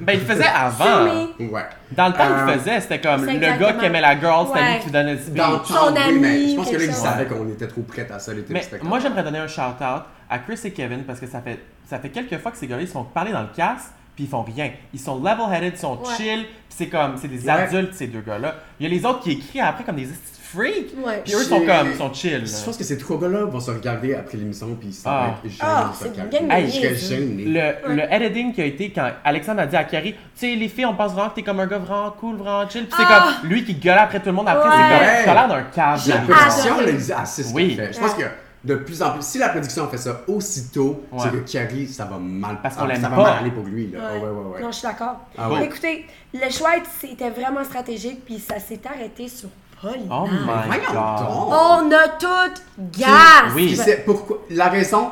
Speaker 5: Ben, il le faisait avant.
Speaker 4: Fumé.
Speaker 3: Ouais.
Speaker 5: Dans le temps qu'il
Speaker 3: Euh,
Speaker 5: le faisait, c'était comme
Speaker 4: c'est
Speaker 5: le gars qui
Speaker 4: exactement.
Speaker 5: aimait la girl, c'était
Speaker 4: Ouais.
Speaker 5: lui qui donnait le speech.
Speaker 3: Dans le
Speaker 4: Son
Speaker 3: temps, oui, mais
Speaker 4: ami,
Speaker 3: je pense que là, ils
Speaker 4: quelque
Speaker 3: savaient qu'on était trop prêts à ça, les
Speaker 5: Mais
Speaker 3: téléspectateurs.
Speaker 5: moi, j'aimerais donner un shout-out à Chris et Kevin parce que ça fait, ça fait quelques fois que ces gars-là, ils se font parler dans le casque, puis ils font rien. Ils sont level-headed, ils sont
Speaker 4: Ouais.
Speaker 5: chill, puis c'est comme, c'est des
Speaker 3: Ouais.
Speaker 5: adultes, ces deux gars-là. Il y a les autres qui écrivent après comme des petits freaks,
Speaker 4: Ouais.
Speaker 5: puis eux
Speaker 3: J'ai-
Speaker 5: sont comme, sont chill.
Speaker 3: euh, Je pense que ces trois gars-là vont se regarder après l'émission, puis ça va
Speaker 5: Ah.
Speaker 3: être gêné.
Speaker 4: Ah,
Speaker 3: de se
Speaker 4: c'est
Speaker 3: regarder.
Speaker 4: bien
Speaker 3: Je
Speaker 4: niaiseux.
Speaker 3: serais gêné.
Speaker 5: Le, le editing qui a été quand Alexandre a dit à Carrie, tu sais, les filles, on pense vraiment que t'es comme un gars vraiment cool, vraiment chill, puis c'est
Speaker 4: Ah!
Speaker 5: comme lui qui gueule après tout le monde après,
Speaker 4: Ouais.
Speaker 5: c'est comme,
Speaker 3: Ouais.
Speaker 5: t'as l'air d'un cave.
Speaker 4: Ah,
Speaker 3: La ah,
Speaker 5: Jean-Pierre.
Speaker 3: production,
Speaker 4: adoré.
Speaker 3: là, ils assistent
Speaker 5: Oui.
Speaker 3: fait. Je pense que de plus en plus, si la production fait ça aussitôt,
Speaker 5: Ouais.
Speaker 3: c'est que Carrie, ça va mal
Speaker 5: Parce qu'on
Speaker 3: ah,
Speaker 5: l'aime
Speaker 3: Ça va
Speaker 5: pas.
Speaker 3: mal aller pour lui. Là.
Speaker 4: Ouais.
Speaker 3: Ah ouais, ouais, ouais.
Speaker 4: Non, je suis d'accord.
Speaker 3: Ah ouais.
Speaker 4: Écoutez, le choix était- c'était vraiment stratégique, puis ça s'est arrêté sur Paul.
Speaker 5: Oh my
Speaker 3: Voyons
Speaker 5: god.
Speaker 3: donc.
Speaker 4: On a tout gas!
Speaker 5: Oui.
Speaker 3: Puis c'est pourquoi, la raison,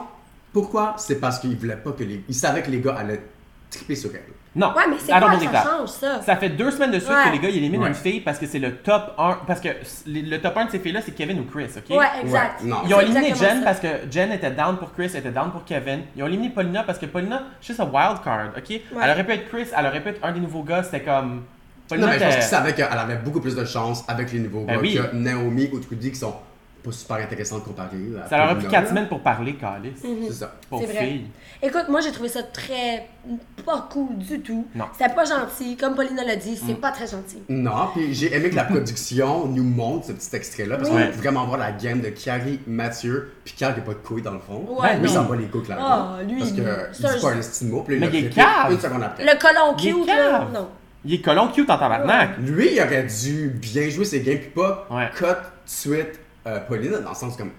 Speaker 3: pourquoi, c'est parce qu'il voulait pas que les, il savait que les gars allaient triper sur elle.
Speaker 5: Non,
Speaker 4: Ouais, mais c'est
Speaker 5: I don't
Speaker 4: quoi,
Speaker 5: believe
Speaker 4: ça
Speaker 5: that.
Speaker 4: change, ça?
Speaker 5: Ça fait deux semaines de suite
Speaker 4: Ouais.
Speaker 5: que les gars ils éliminent
Speaker 3: Ouais.
Speaker 5: une fille parce que c'est le top 1. Parce que s- les- le top 1 de ces filles-là, c'est Kevin ou Chris, ok?
Speaker 4: Ouais, exact.
Speaker 3: Ouais, non.
Speaker 5: Ils ont
Speaker 4: C'est
Speaker 5: éliminé
Speaker 4: exactement
Speaker 5: Jen
Speaker 4: ça.
Speaker 5: parce que Jen était down pour Chris, était down pour Kevin. Ils ont éliminé Paulina parce que Paulina, c'est juste un wild card, ok? Elle aurait pu être Chris, elle aurait pu être un des nouveaux gars, c'était comme.
Speaker 3: Non, mais je pense
Speaker 5: était-
Speaker 3: qu'il savait qu'elle avait beaucoup plus de chance avec les nouveaux
Speaker 5: Ben
Speaker 3: gars
Speaker 5: oui.
Speaker 3: que Naomi ou Trudy qui sont pas super intéressantes comparées. à
Speaker 5: ça leur a
Speaker 3: Paulina,
Speaker 5: pris 4
Speaker 3: là.
Speaker 5: semaines pour parler, Calice.
Speaker 3: C'est ça.
Speaker 5: Pauvre
Speaker 4: Mhm. C'est vrai.
Speaker 5: fille.
Speaker 4: Écoute, moi j'ai trouvé ça très pas cool du tout.
Speaker 5: Non. Mm.
Speaker 4: C'était pas gentil, comme Paulina l'a dit, c'est pas très gentil.
Speaker 3: Non, puis j'ai aimé que la production nous montre ce petit extrait-là parce qu'on
Speaker 5: Oui.
Speaker 3: veut vraiment voir la game de Carrie, Mathieu, puis Carrie qui a pas de couilles dans le fond.
Speaker 4: Ouais,
Speaker 3: lui,
Speaker 4: non.
Speaker 3: ça va les couilles clairement.
Speaker 4: Ah, lui,
Speaker 3: parce que
Speaker 4: il-
Speaker 3: euh,
Speaker 4: c'est
Speaker 3: il
Speaker 4: un-
Speaker 3: dit pas un petit mot, puis là,
Speaker 5: Mais il est
Speaker 3: a flippé
Speaker 5: cave.
Speaker 3: Une seconde après.
Speaker 4: Le colon
Speaker 5: Il est
Speaker 4: cute, là,
Speaker 5: cave.
Speaker 4: non.
Speaker 5: Il est colon cute en tabarnak.
Speaker 3: Lui, il aurait dû bien jouer ses games, puis pas
Speaker 5: Ouais.
Speaker 3: cut tout de suite euh, Paulina dans le sens comme.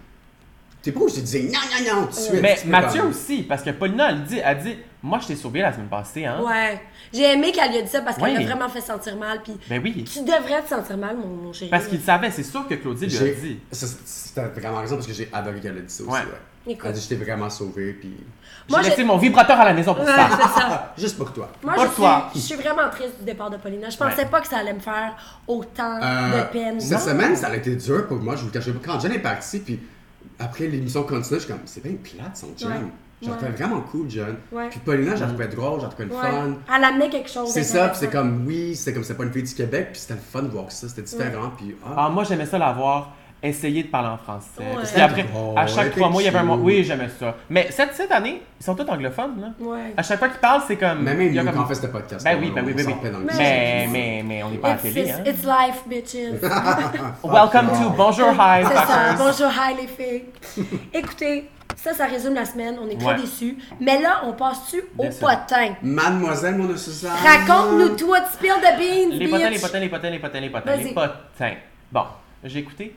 Speaker 3: T'es pas obligé de dire non, non, non, tout de suite.
Speaker 5: Mais
Speaker 3: Tu peux
Speaker 5: Mathieu
Speaker 3: comme-
Speaker 5: aussi, parce que Paulina, elle dit, elle dit Moi, je t'ai sauvé la semaine passée, hein?
Speaker 4: Ouais. J'ai aimé qu'elle lui a dit ça parce qu'elle
Speaker 5: Ouais.
Speaker 4: l'a vraiment fait sentir mal, puis
Speaker 5: Ben oui.
Speaker 4: tu devrais te sentir mal, mon, mon chéri.
Speaker 5: Parce qu'il savait, c'est sûr que Claudie lui a
Speaker 3: J'ai-
Speaker 5: dit.
Speaker 3: ça, c'est- C'était vraiment raison parce que j'ai adoré qu'elle ait dit ça aussi.
Speaker 5: Ouais.
Speaker 3: Ouais.
Speaker 4: Écoute.
Speaker 3: Elle a dit, je t'ai vraiment sauvé, puis. ah,
Speaker 5: J'ai
Speaker 4: Moi, je-
Speaker 5: laissé mon vibrateur à la maison pour
Speaker 4: Ouais,
Speaker 5: ça.
Speaker 4: c'est ça.
Speaker 3: Juste pour toi.
Speaker 4: Moi,
Speaker 5: Pas
Speaker 4: je
Speaker 5: de toi.
Speaker 4: suis, je suis vraiment triste du départ de Paulina. Je pensais
Speaker 5: Ouais.
Speaker 4: pas que ça allait me faire autant
Speaker 3: Euh,
Speaker 4: de peine.
Speaker 3: Cette
Speaker 4: Non.
Speaker 3: semaine, ça a été dur pour moi, je vous le cachais pas. Quand Jen est partie, puis après l'émission continue, je suis comme, c'est bien plate son jam. Je la trouvais
Speaker 4: Ouais.
Speaker 3: vraiment cool, John.
Speaker 4: Ouais.
Speaker 3: Puis Paulina, je la
Speaker 5: Mm.
Speaker 3: trouvais drôle, je la trouvais le fun.
Speaker 4: Ouais. Elle amenait quelque chose.
Speaker 3: C'est ça, puis c'est
Speaker 4: d'intéressant.
Speaker 3: comme, oui, c'est comme, c'est pas une fille du Québec, puis c'était le fun de voir ça, c'était différent, puis ah,
Speaker 5: Ah, moi, j'aimais ça l'avoir essayé de parler en français.
Speaker 4: Ouais.
Speaker 5: Puis après,
Speaker 3: Oh,
Speaker 5: à chaque
Speaker 3: t'es
Speaker 5: trois mois, il y avait un mois.
Speaker 3: cute.
Speaker 5: Oui, j'aimais ça. Mais cette, cette année, ils sont tous anglophones, là.
Speaker 4: Ouais.
Speaker 5: À chaque fois qu'ils parlent, c'est comme.
Speaker 3: mais même
Speaker 5: il y a
Speaker 3: nous,
Speaker 5: comme-
Speaker 3: quand on fait ce podcast,
Speaker 5: Ben oui,
Speaker 3: on-
Speaker 5: ben oui,
Speaker 3: on
Speaker 5: ben oui.
Speaker 3: s'en fait dans le
Speaker 4: Mais-
Speaker 5: Mais,
Speaker 3: business.
Speaker 5: mais, mais on n'est pas à la
Speaker 4: It's,
Speaker 5: télé, hein.
Speaker 4: it's- it's life, bitches.
Speaker 5: Welcome to Bonjour Hi,
Speaker 4: C'est ça.
Speaker 5: fuckers.
Speaker 4: Bonjour, hi les filles. Écoutez, ça, ça résume la semaine. On est très
Speaker 5: Ouais.
Speaker 4: déçus. Mais là, on passe-tu au
Speaker 5: Déçus.
Speaker 4: potin?
Speaker 3: Mademoiselle, mon Suzanne.
Speaker 4: Raconte-nous tout, tu spill de beans,
Speaker 5: Euh, Les potins, les
Speaker 4: bitch.
Speaker 5: potins, les potins, les potins, les potins, les
Speaker 4: Vas-y.
Speaker 5: potins. Bon, j'ai écouté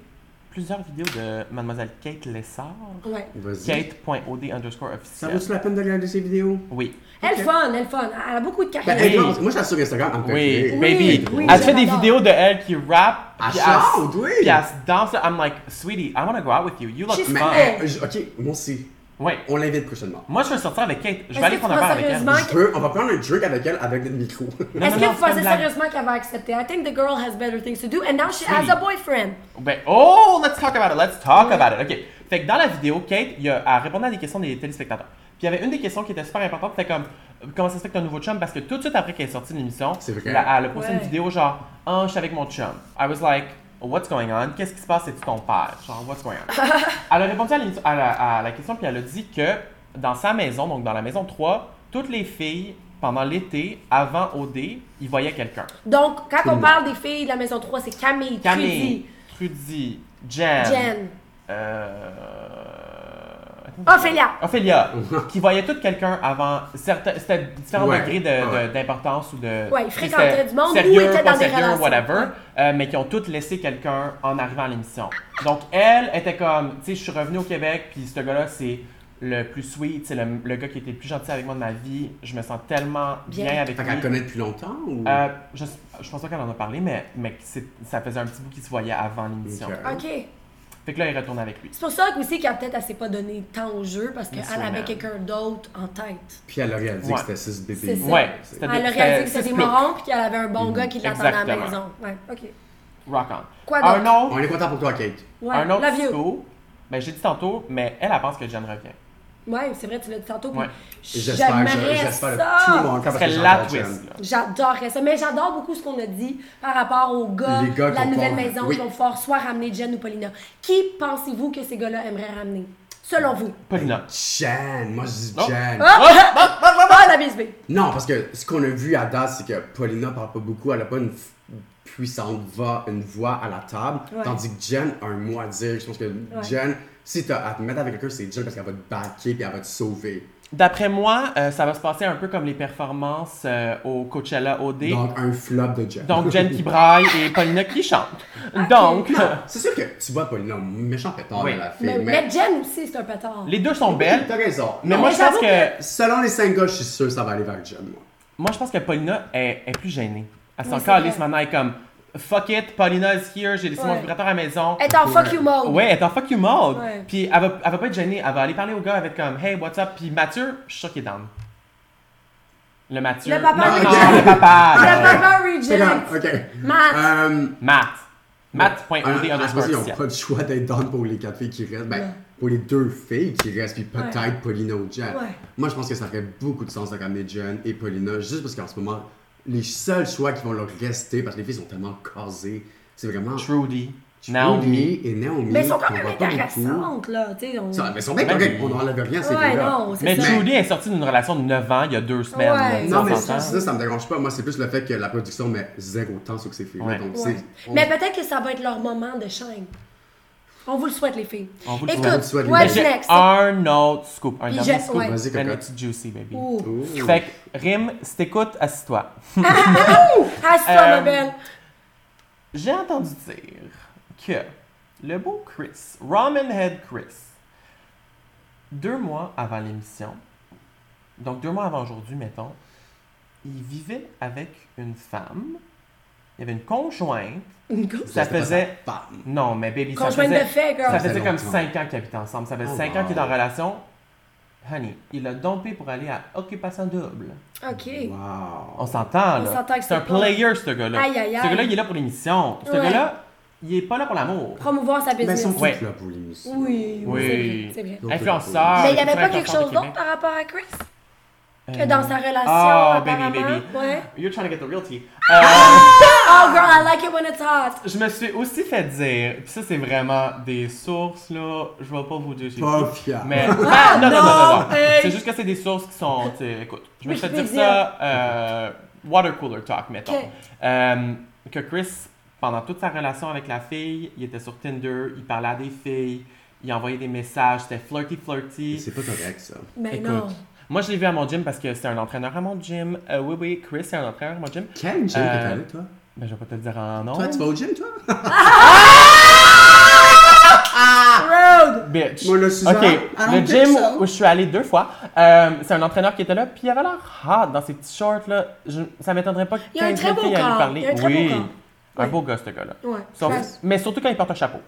Speaker 5: plusieurs vidéos de Mademoiselle Kate Lessard.
Speaker 4: Ouais.
Speaker 3: Vas-y.
Speaker 5: Kate.od underscore
Speaker 3: Ça
Speaker 5: officiel.
Speaker 3: vaut-tu la peine de regarder ces vidéos?
Speaker 5: Oui.
Speaker 4: Elle fun, elle fun. Elle a beaucoup de
Speaker 3: Ben,
Speaker 4: carrière.
Speaker 5: Oui.
Speaker 3: hey, non, moi, je la suis sur Instagram, elle me fait
Speaker 5: Oui,
Speaker 3: rire.
Speaker 5: baby.
Speaker 4: oui,
Speaker 5: elle fait des
Speaker 4: j'adore.
Speaker 5: vidéos de elle qui rappe.
Speaker 3: Elle
Speaker 5: puis elle s-
Speaker 3: chante, oui.
Speaker 5: Puis elle se danse. I'm like, sweetie, I want to go out with you. You look
Speaker 4: She's
Speaker 3: Mais,
Speaker 5: fun.
Speaker 4: Hey.
Speaker 3: euh, je- ok, moi aussi,
Speaker 5: Ouais.
Speaker 3: on l'invite prochainement.
Speaker 5: Moi, je veux sortir avec Kate. Je
Speaker 4: Est-ce
Speaker 5: vais aller
Speaker 4: que
Speaker 5: prendre un
Speaker 4: tu
Speaker 5: verre
Speaker 4: vas
Speaker 5: avec elle.
Speaker 4: sérieusement?
Speaker 3: Je peux, on va prendre un drink avec elle, avec notre micro.
Speaker 5: Non,
Speaker 4: Est-ce
Speaker 5: non,
Speaker 4: que vous
Speaker 5: non, c'est pas une
Speaker 4: pensez
Speaker 5: blague.
Speaker 4: sérieusement qu'elle va accepter? I think the girl has better things to do and now she has
Speaker 5: Sweetie.
Speaker 4: a boyfriend.
Speaker 5: Ben, oh, let's talk about it, let's talk about it. OK. Fait que dans la vidéo, Kate, il a, elle répondait à des questions des téléspectateurs. Puis il y avait une des questions qui était super importante, c'était comme euh, comment ça se fait que t'as un nouveau chum parce que tout de suite après qu'elle est sortie de l'émission,
Speaker 3: C'est vrai.
Speaker 5: elle a elle a posté une
Speaker 4: Ouais.
Speaker 5: vidéo genre "Ah, je suis avec mon chum." I was like What's going on? Qu'est-ce qui se passe? C'est-tu ton père? Genre, what's going on? elle a répondu à, l'émission- à la, à la question, puis elle a dit que dans sa maison, donc dans la maison 3, toutes les filles, pendant l'été, avant OD, ils voyaient quelqu'un.
Speaker 4: Donc, quand on
Speaker 3: monde.
Speaker 4: parle des filles de la maison 3, c'est Camille,
Speaker 5: Camille,
Speaker 4: Trudy,
Speaker 5: Trudy,
Speaker 4: Jen.
Speaker 5: euh...
Speaker 4: Ophélia.
Speaker 5: Ophélia, qui voyait tout quelqu'un avant. certains- C'était différents
Speaker 3: Ouais.
Speaker 5: degrés de-
Speaker 3: Ouais.
Speaker 5: de- d'importance ou de.
Speaker 4: Ouais, ils fréquentaient
Speaker 5: c'était
Speaker 4: du monde ou
Speaker 5: sérieux,
Speaker 4: étaient
Speaker 5: pas
Speaker 4: dans des
Speaker 5: sérieux,
Speaker 4: relations.
Speaker 5: whatever,
Speaker 4: Ouais.
Speaker 5: euh, mais qui ont toutes laissé quelqu'un en arrivant à l'émission. Donc, elle était comme, tu sais, je suis revenue au Québec, puis ce gars-là, c'est le plus sweet, c'est le, le gars qui était le plus gentil avec moi de ma vie. Je me sens tellement bien,
Speaker 4: Bien.
Speaker 5: avec
Speaker 3: Fait
Speaker 5: lui.
Speaker 3: qu'elle connaît depuis longtemps ou?
Speaker 5: Euh, je, je pense pas qu'elle en a parlé, mais, mais c'est- ça faisait un petit bout qu'il se voyait avant l'émission.
Speaker 3: Ok.
Speaker 4: OK.
Speaker 5: Fait que là, il retourne avec lui.
Speaker 4: C'est pour ça que aussi qu'elle peut-être elle s'est pas donné tant au jeu parce qu'elle
Speaker 5: Mais sûrement.
Speaker 4: avait quelqu'un d'autre en tête.
Speaker 3: Puis elle a réalisé
Speaker 5: Ouais.
Speaker 3: que c'était 6 bébés.
Speaker 4: C'est ça.
Speaker 5: Ouais,
Speaker 4: Elle
Speaker 5: c'était
Speaker 4: a
Speaker 5: des-
Speaker 4: réalisé que
Speaker 5: c'était
Speaker 4: c'était des
Speaker 5: six
Speaker 4: morons puis qu'elle avait un bon gars qui l'attendait à la
Speaker 5: Exactement.
Speaker 4: maison. Ouais, OK.
Speaker 5: Rock on.
Speaker 4: Quoi
Speaker 5: un
Speaker 4: d'autre?
Speaker 5: autre,
Speaker 3: On est content pour toi, Kate.
Speaker 4: Ouais,
Speaker 5: un autre
Speaker 4: love you.
Speaker 5: discours. Ben, j'ai dit tantôt, mais elle, elle pense que Jen revient.
Speaker 4: Ouais, c'est vrai, tu l'as dit tantôt. puis
Speaker 5: Ouais.
Speaker 3: J'espère,
Speaker 4: j'aimerais
Speaker 3: j'espère de
Speaker 4: ça.
Speaker 3: tout mon
Speaker 5: Ça
Speaker 3: cœur. parce que
Speaker 5: serait la
Speaker 3: j'adore Jen.
Speaker 5: twist. là.
Speaker 4: J'adorerais ça, mais j'adore beaucoup ce qu'on a dit par rapport aux gars,
Speaker 3: Les gars
Speaker 4: la
Speaker 3: qu'on
Speaker 4: nouvelle
Speaker 3: part-
Speaker 4: maison
Speaker 3: oui.
Speaker 4: qui vont pouvoir soit ramener Jen ou Paulina. Qui pensez-vous que ces gars-là aimeraient ramener? Selon vous.
Speaker 5: Paulina.
Speaker 3: Jen, moi je dis
Speaker 5: Non.
Speaker 3: Jen.
Speaker 4: Ah! Ah! Ah! Ah, la BSB.
Speaker 3: Non, parce que ce qu'on a vu à date, c'est que Paulina parle pas beaucoup, elle a pas une f- puissante voix, une voix à la table,
Speaker 4: Ouais.
Speaker 3: tandis que Jen a un mot à dire. Je pense que Jen, si t'as à te mettre avec quelqu'un, c'est Jen parce qu'elle va te baquer puis elle va te sauver.
Speaker 5: D'après moi, euh, ça va se passer un peu comme les performances euh, au Coachella OD. Donc,
Speaker 3: Donc un flop de Jen.
Speaker 5: Jen qui braille et Paulina qui chante. Donc,
Speaker 3: Non, c'est sûr que tu vois Paulina, méchant pétard
Speaker 5: Oui.
Speaker 3: de la fille,
Speaker 4: Mais,
Speaker 3: mais-
Speaker 4: mais Jen aussi, c'est un pétard.
Speaker 5: les deux sont belles.
Speaker 3: T'as raison.
Speaker 5: Mais
Speaker 3: Non,
Speaker 5: moi,
Speaker 4: mais
Speaker 5: je pense
Speaker 4: j'avoue
Speaker 5: que,
Speaker 3: Selon les cinq gars, je suis sûr que ça va aller vers Jen, moi.
Speaker 5: moi, je pense que Paulina est, est plus gênée. Elle s'en
Speaker 4: Oui, c'est
Speaker 5: calisse
Speaker 4: vrai.
Speaker 5: maintenant, elle est comme Fuck it, Paulina is here, j'ai laissé mon
Speaker 4: Ouais.
Speaker 5: vibrateur à la maison.
Speaker 4: Elle est en fuck
Speaker 3: Ouais.
Speaker 4: you mode.
Speaker 5: Ouais, elle est en fuck you mode.
Speaker 4: Ouais.
Speaker 5: Puis elle va, elle va pas être gênée. Elle va aller parler au gars avec comme Hey, what's up? Puis Mathieu, je suis sûr qu'il est down. Le Mathieu.
Speaker 4: Le papa
Speaker 5: non,
Speaker 3: de-
Speaker 5: non, le papa.
Speaker 4: Le
Speaker 5: là.
Speaker 4: papa
Speaker 3: C'est comme,
Speaker 4: reject.
Speaker 3: ok.
Speaker 4: Matt.
Speaker 3: Euh,
Speaker 5: Matt.
Speaker 3: Ah,
Speaker 5: Matt.od
Speaker 3: ah,
Speaker 5: underscore
Speaker 3: parce qu'ils
Speaker 5: officiel.
Speaker 3: n'ont pas le choix d'être down pour les quatre filles qui restent. Ben, pour les deux filles qui restent, puis peut-être
Speaker 4: Ouais.
Speaker 3: Paulina ou Jen.
Speaker 4: Ouais.
Speaker 3: Moi, je pense que ça ferait beaucoup de sens de ramener Jen et Paulina, juste parce qu'en ce moment, les seuls choix qui vont leur rester, parce que les filles sont tellement casées, c'est vraiment
Speaker 5: Trudy.
Speaker 3: Julie
Speaker 5: Naomi.
Speaker 3: et Naomi.
Speaker 4: Mais elles sont quand
Speaker 3: qu'on
Speaker 4: même
Speaker 3: voit pas beaucoup.
Speaker 4: intéressantes, là. tu sais, on-
Speaker 3: Ça, mais elles sont bien
Speaker 5: Ben
Speaker 3: correctes,
Speaker 5: oui.
Speaker 3: on n'enlève rien à ces
Speaker 4: Ouais,
Speaker 3: filles-là.
Speaker 4: non, c'est
Speaker 5: Mais
Speaker 4: ça.
Speaker 5: Trudy est sortie d'une relation de 9 ans il y a deux semaines.
Speaker 4: Ouais.
Speaker 5: là, tu
Speaker 3: Non, mais
Speaker 5: sais, on
Speaker 3: ça,
Speaker 5: s'entend.
Speaker 3: ça me dérange pas. Moi, c'est plus le fait que la production met zéro temps sur ces filles-là.
Speaker 5: Ouais.
Speaker 3: Donc,
Speaker 4: Ouais.
Speaker 3: c'est. on-
Speaker 4: Mais peut-être que ça va être leur moment de shine. On vous le souhaite, les filles.
Speaker 5: On vous le
Speaker 4: Écoute,
Speaker 5: souhaite. Ah. On vous
Speaker 3: le souhaite, les
Speaker 4: what's
Speaker 5: Mais j'ai
Speaker 4: next?
Speaker 5: un autre scoop. Un
Speaker 4: Puis
Speaker 5: dernier
Speaker 4: je-
Speaker 5: scoop.
Speaker 4: ouais.
Speaker 3: Vas-y,
Speaker 5: Ben,
Speaker 3: cocotte.
Speaker 5: it's juicy, baby.
Speaker 4: Ouh.
Speaker 3: Ouh.
Speaker 5: Fait que, Rim, si t'écoutes, assis-toi.
Speaker 4: Assis-toi,
Speaker 5: Euh,
Speaker 4: ma belle.
Speaker 5: J'ai entendu dire que le beau Chris, Ramenhead Chris, deux mois avant l'émission, donc deux mois avant aujourd'hui, mettons, il vivait avec une femme, il y avait une conjointe,
Speaker 4: Une grosse
Speaker 5: ça
Speaker 3: C'était pas
Speaker 5: faisait...
Speaker 3: sa femme.
Speaker 5: Non, mais baby, ça
Speaker 4: Conjointe de
Speaker 5: faisait...
Speaker 4: fait,
Speaker 5: Ça
Speaker 4: girl.
Speaker 5: faisait
Speaker 3: Ça
Speaker 5: comme
Speaker 3: fait
Speaker 5: 5 ans qu'ils habitaient ensemble, ça faisait
Speaker 3: Oh,
Speaker 5: 5 ans
Speaker 3: wow.
Speaker 5: qu'il était en relation. Honey, il a dompé pour aller à Occupation Double.
Speaker 4: OK.
Speaker 3: Wow.
Speaker 5: On s'entend,
Speaker 4: On
Speaker 5: là.
Speaker 4: s'entend que
Speaker 5: C'est un
Speaker 4: c'est pas-
Speaker 5: player, ce gars-là.
Speaker 4: Aïe, aïe, aïe.
Speaker 5: Ce gars-là, il est là pour l'émission. Ce
Speaker 4: Ouais.
Speaker 5: gars-là, il est pas là pour l'amour.
Speaker 4: Promouvoir sa
Speaker 3: Mais ils
Speaker 4: business.
Speaker 3: sont tous
Speaker 5: Ouais.
Speaker 3: là pour l'émission.
Speaker 4: Oui, oui,
Speaker 5: Oui. Ah,
Speaker 4: c'est vrai. c'est vrai.
Speaker 3: Donc,
Speaker 5: Influenceur.
Speaker 4: Mais il n'y avait pas
Speaker 5: influenceur
Speaker 4: quelque
Speaker 5: de
Speaker 4: chose d'autre
Speaker 5: Québec.
Speaker 4: par rapport à Chris? Que
Speaker 5: Euh,
Speaker 4: dans sa relation,
Speaker 5: oh,
Speaker 4: apparemment.
Speaker 5: baby, baby.
Speaker 4: Ouais.
Speaker 5: You're trying to get the real tea.
Speaker 4: Oh, girl, I like it when it's hot.
Speaker 5: Je me suis aussi fait dire, pis ça c'est vraiment des sources là, je vais pas vous dire chez
Speaker 3: Pas
Speaker 5: qui,
Speaker 3: fiable.
Speaker 5: Mais Ah, non non non non, non.
Speaker 4: Non, hey.
Speaker 5: c'est juste que c'est des sources qui sont, tu sais, écoute, je me
Speaker 4: Mais
Speaker 5: suis fait
Speaker 4: je peux
Speaker 5: dire
Speaker 4: dire.
Speaker 5: ça euh, water cooler talk mettons,
Speaker 4: Ok.
Speaker 5: Euh, que Chris pendant toute sa relation avec la fille, il était sur Tinder, il parlait à des filles, il envoyait des messages, c'était flirty flirty.
Speaker 3: C'est pas correct, ça.
Speaker 4: Mais
Speaker 5: Écoute,
Speaker 4: non.
Speaker 5: Moi je l'ai vu à mon gym parce que c'est un entraîneur à mon gym. Euh, oui oui, Chris c'est un entraîneur à mon gym.
Speaker 3: Quel gym
Speaker 5: Euh,
Speaker 3: que t'allais, toi?
Speaker 5: Ben je vais pas te le dire en nom.
Speaker 3: Toi, tu vas au gym, toi?
Speaker 5: Bitch.
Speaker 3: Moi, le Suzanne,
Speaker 5: OK,
Speaker 3: I don't
Speaker 5: le
Speaker 3: think
Speaker 5: gym
Speaker 3: so.
Speaker 5: où je suis allée deux fois, euh, c'est un entraîneur qui était là, puis il avait l'air hot dans ses petits shorts, là. Je- ça m'étonnerait pas qu'il
Speaker 4: Il a un très beau
Speaker 5: à lui
Speaker 4: corps.
Speaker 5: parler.
Speaker 4: Il a un très
Speaker 5: oui.
Speaker 4: beau corps.
Speaker 5: Un
Speaker 4: Ouais.
Speaker 5: beau gars, ce gars-là.
Speaker 4: Ouais.
Speaker 5: Sauf-
Speaker 4: Chris.
Speaker 5: mais surtout quand il porte un chapeau.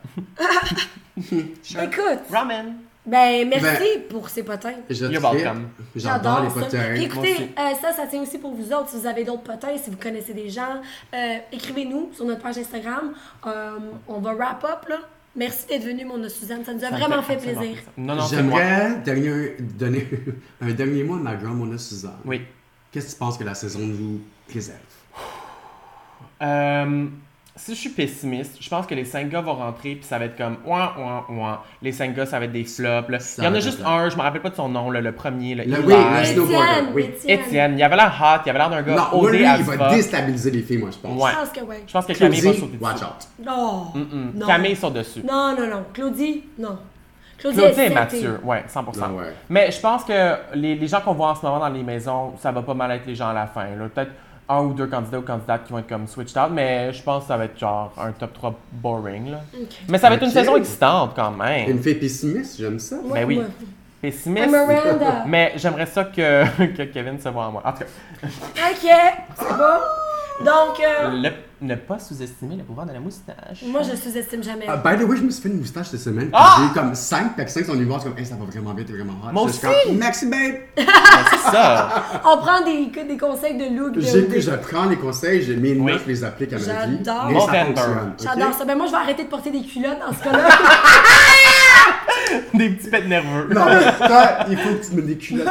Speaker 4: Écoute,
Speaker 5: Ramen.
Speaker 4: ben merci pour ces potins.
Speaker 3: Je
Speaker 5: You're
Speaker 3: trippe.
Speaker 5: welcome.
Speaker 3: J'adore les
Speaker 4: ça. Puis
Speaker 3: potins.
Speaker 5: Moi aussi.
Speaker 4: écoutez, euh, ça, ça tient aussi pour vous autres. Si vous avez d'autres potins, si vous connaissez des gens, euh, écrivez-nous sur notre page Instagram. Euh, on va wrap up, là. Merci d'être venu, mon Suzanne. Ça nous a
Speaker 5: Ça me
Speaker 4: vraiment fait
Speaker 5: absolument
Speaker 4: plaisir.
Speaker 5: Non, non, c'est moi.
Speaker 3: J'aimerais dernier- donner un dernier mot à ma grande Mona Suzanne.
Speaker 5: Oui.
Speaker 3: Qu'est-ce que tu penses que la saison nous réserve?
Speaker 5: Euh, si je suis pessimiste, je pense que les 5 gars vont rentrer puis ça va être comme ouin ouin ouin. Les 5 gars, ça va être des flops. là.
Speaker 3: Ça
Speaker 5: Il y en
Speaker 3: va
Speaker 5: a
Speaker 3: être
Speaker 5: juste
Speaker 3: des
Speaker 5: un, je me rappelle pas de son nom, là, le premier. là,
Speaker 3: Le-
Speaker 5: Eli.
Speaker 3: oui, le
Speaker 5: Étienne.
Speaker 3: snowboarder. Oui.
Speaker 5: Étienne, il avait l'air hot, il avait l'air d'un gars
Speaker 3: Non, moi,
Speaker 5: osé
Speaker 3: lui,
Speaker 5: Euh, as
Speaker 3: il va
Speaker 5: fuck.
Speaker 3: déstabiliser les filles, moi, je pense.
Speaker 5: Ouais.
Speaker 4: Je pense que oui.
Speaker 5: Je pense que Camille va
Speaker 3: Claudie,
Speaker 5: sauter dessus.
Speaker 3: watch out.
Speaker 4: Non.
Speaker 5: Mm.
Speaker 4: Non.
Speaker 5: Camille saute dessus.
Speaker 4: Non, non, non. Claudie, non. Claudie,
Speaker 5: Claudie
Speaker 4: est
Speaker 5: et
Speaker 4: setée.
Speaker 5: Mathieu, ouais, 100%.
Speaker 3: Ah ouais.
Speaker 5: Mais je pense que les, les gens qu'on voit en ce moment dans les maisons, ça va pas mal être les gens à la fin. là. Peut-être un ou deux candidats ou candidates qui vont être comme switched out, mais je pense que ça va être genre un top 3 boring. Là. Mais ça va être une
Speaker 3: Ok.
Speaker 5: saison excitante quand
Speaker 3: Une
Speaker 5: même.
Speaker 3: fille pessimiste, j'aime ça.
Speaker 4: Ouais,
Speaker 5: Ben oui.
Speaker 4: ouais.
Speaker 5: Pessimiste.
Speaker 4: Et Miranda.
Speaker 5: Mais j'aimerais ça que, que Kevin se voit en moi. En tout cas,
Speaker 4: ok, c'est bon. Donc, euh,
Speaker 5: le- ne pas sous-estimer le pouvoir de la moustache.
Speaker 4: moi, je sous-estime jamais.
Speaker 3: Ah, by the way, je me suis fait une moustache cette semaine. puis
Speaker 5: Ah!
Speaker 3: J'ai eu comme 5 personnes qui sont venues me voir, c'est comme, hey, ça va vraiment bien, t'es vraiment hot.
Speaker 5: Moi
Speaker 3: Je suis
Speaker 5: aussi!
Speaker 3: comme, Maxi babe!
Speaker 5: C'est ça.
Speaker 4: On prend des, que des conseils de look. de-
Speaker 3: J'ai-
Speaker 4: de-
Speaker 3: Je prends les conseils, j'ai mes
Speaker 5: Oui.
Speaker 3: notes, je les applique à ma vie.
Speaker 4: J'adore.
Speaker 3: Mais ça
Speaker 5: November.
Speaker 3: fonctionne. ok?
Speaker 4: J'adore ça. Ben moi, je vais arrêter de porter des culottes dans ce cas-là.
Speaker 5: Des petits pets nerveux.
Speaker 3: Non, mais toi, il faut que tu me déculottes.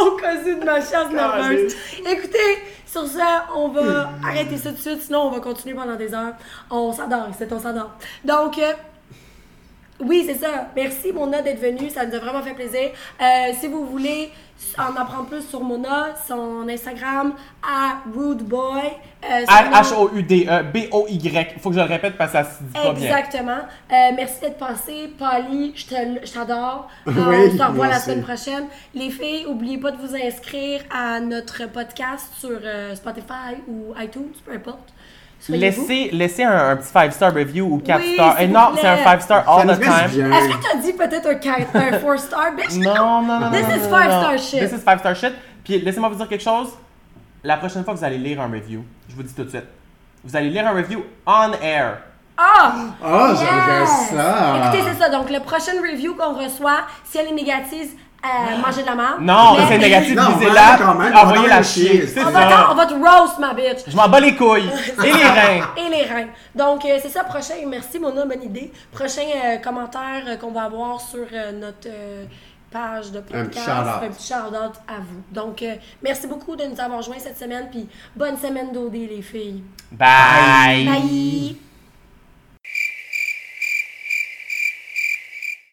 Speaker 4: au cas où de ma
Speaker 3: Ah,
Speaker 4: chasse nerveuse. Écoutez, sur ça, on va arrêter ça tout de suite. Sinon, on va continuer pendant des heures. On s'adore, c'est on s'adore. Donc... euh, oui, c'est ça. Merci, Mona, d'être venue. Ça nous a vraiment fait plaisir. Euh, si vous voulez en apprendre plus sur Mona, son Instagram, à rudeboy. euh, son nom-
Speaker 5: E, R-H-O-U-D-E-B-O-Y. Faut que je le répète parce que ça se dit pas bien.
Speaker 4: Exactement. Euh, merci d'être passé. Polly, je te- je t'adore. Euh,
Speaker 3: Oui,
Speaker 4: on se revoit
Speaker 3: moi
Speaker 4: la
Speaker 3: aussi.
Speaker 4: semaine prochaine. Les filles, n'oubliez pas de vous inscrire à notre podcast sur euh, Spotify ou iTunes, peu importe. Soyez-vous.
Speaker 5: Laissez, laissez un, un petit 5-star review ou 4
Speaker 4: Oui,
Speaker 5: stars.
Speaker 4: s'il
Speaker 5: Et
Speaker 4: vous
Speaker 5: non,
Speaker 4: plaît.
Speaker 5: c'est un 5-star
Speaker 3: Ça
Speaker 5: all
Speaker 3: nous
Speaker 5: the
Speaker 3: reste
Speaker 5: time.
Speaker 3: bien.
Speaker 4: Est-ce que t'as dit peut-être un 4 un 4 star? Bitch,
Speaker 5: Non, non, non, non.
Speaker 4: This
Speaker 5: non,
Speaker 4: is
Speaker 5: non,
Speaker 4: five
Speaker 5: non.
Speaker 4: star shit.
Speaker 5: This is 5-star shit. Puis laissez-moi vous dire quelque chose. La prochaine fois que vous allez lire un review, je vous dis tout de suite. Vous allez lire un review on air.
Speaker 4: Ah!
Speaker 3: Ah,
Speaker 4: Yes!
Speaker 3: j'aimerais ça!
Speaker 4: Écoutez, c'est ça. Donc, le prochain review qu'on reçoit, si elle est négative, euh,
Speaker 3: Ah.
Speaker 4: mangez de la merde.
Speaker 5: Non,
Speaker 4: Mais-
Speaker 5: c'est négatif,
Speaker 3: Non,
Speaker 5: lisez-la,
Speaker 3: on va quand même, on
Speaker 5: envoyez
Speaker 3: va
Speaker 5: la
Speaker 3: dans le
Speaker 5: chier.
Speaker 3: chier.
Speaker 5: C'est
Speaker 4: On va, t'en- on va
Speaker 5: ça.
Speaker 4: te roast, ma bitch.
Speaker 5: Je m'en bats les couilles et les reins.
Speaker 4: et les reins. Donc, euh, c'est ça, prochain. Merci, Mona, bonne idée. Prochain euh, commentaire euh, qu'on va avoir sur euh, notre euh, page de
Speaker 3: Un petit
Speaker 4: podcast.
Speaker 3: shout-out.
Speaker 4: Un petit shout-out à vous. Donc, euh, merci beaucoup de nous avoir joints cette semaine. Puis, bonne semaine d'OD, les filles.
Speaker 5: Bye.
Speaker 4: Bye.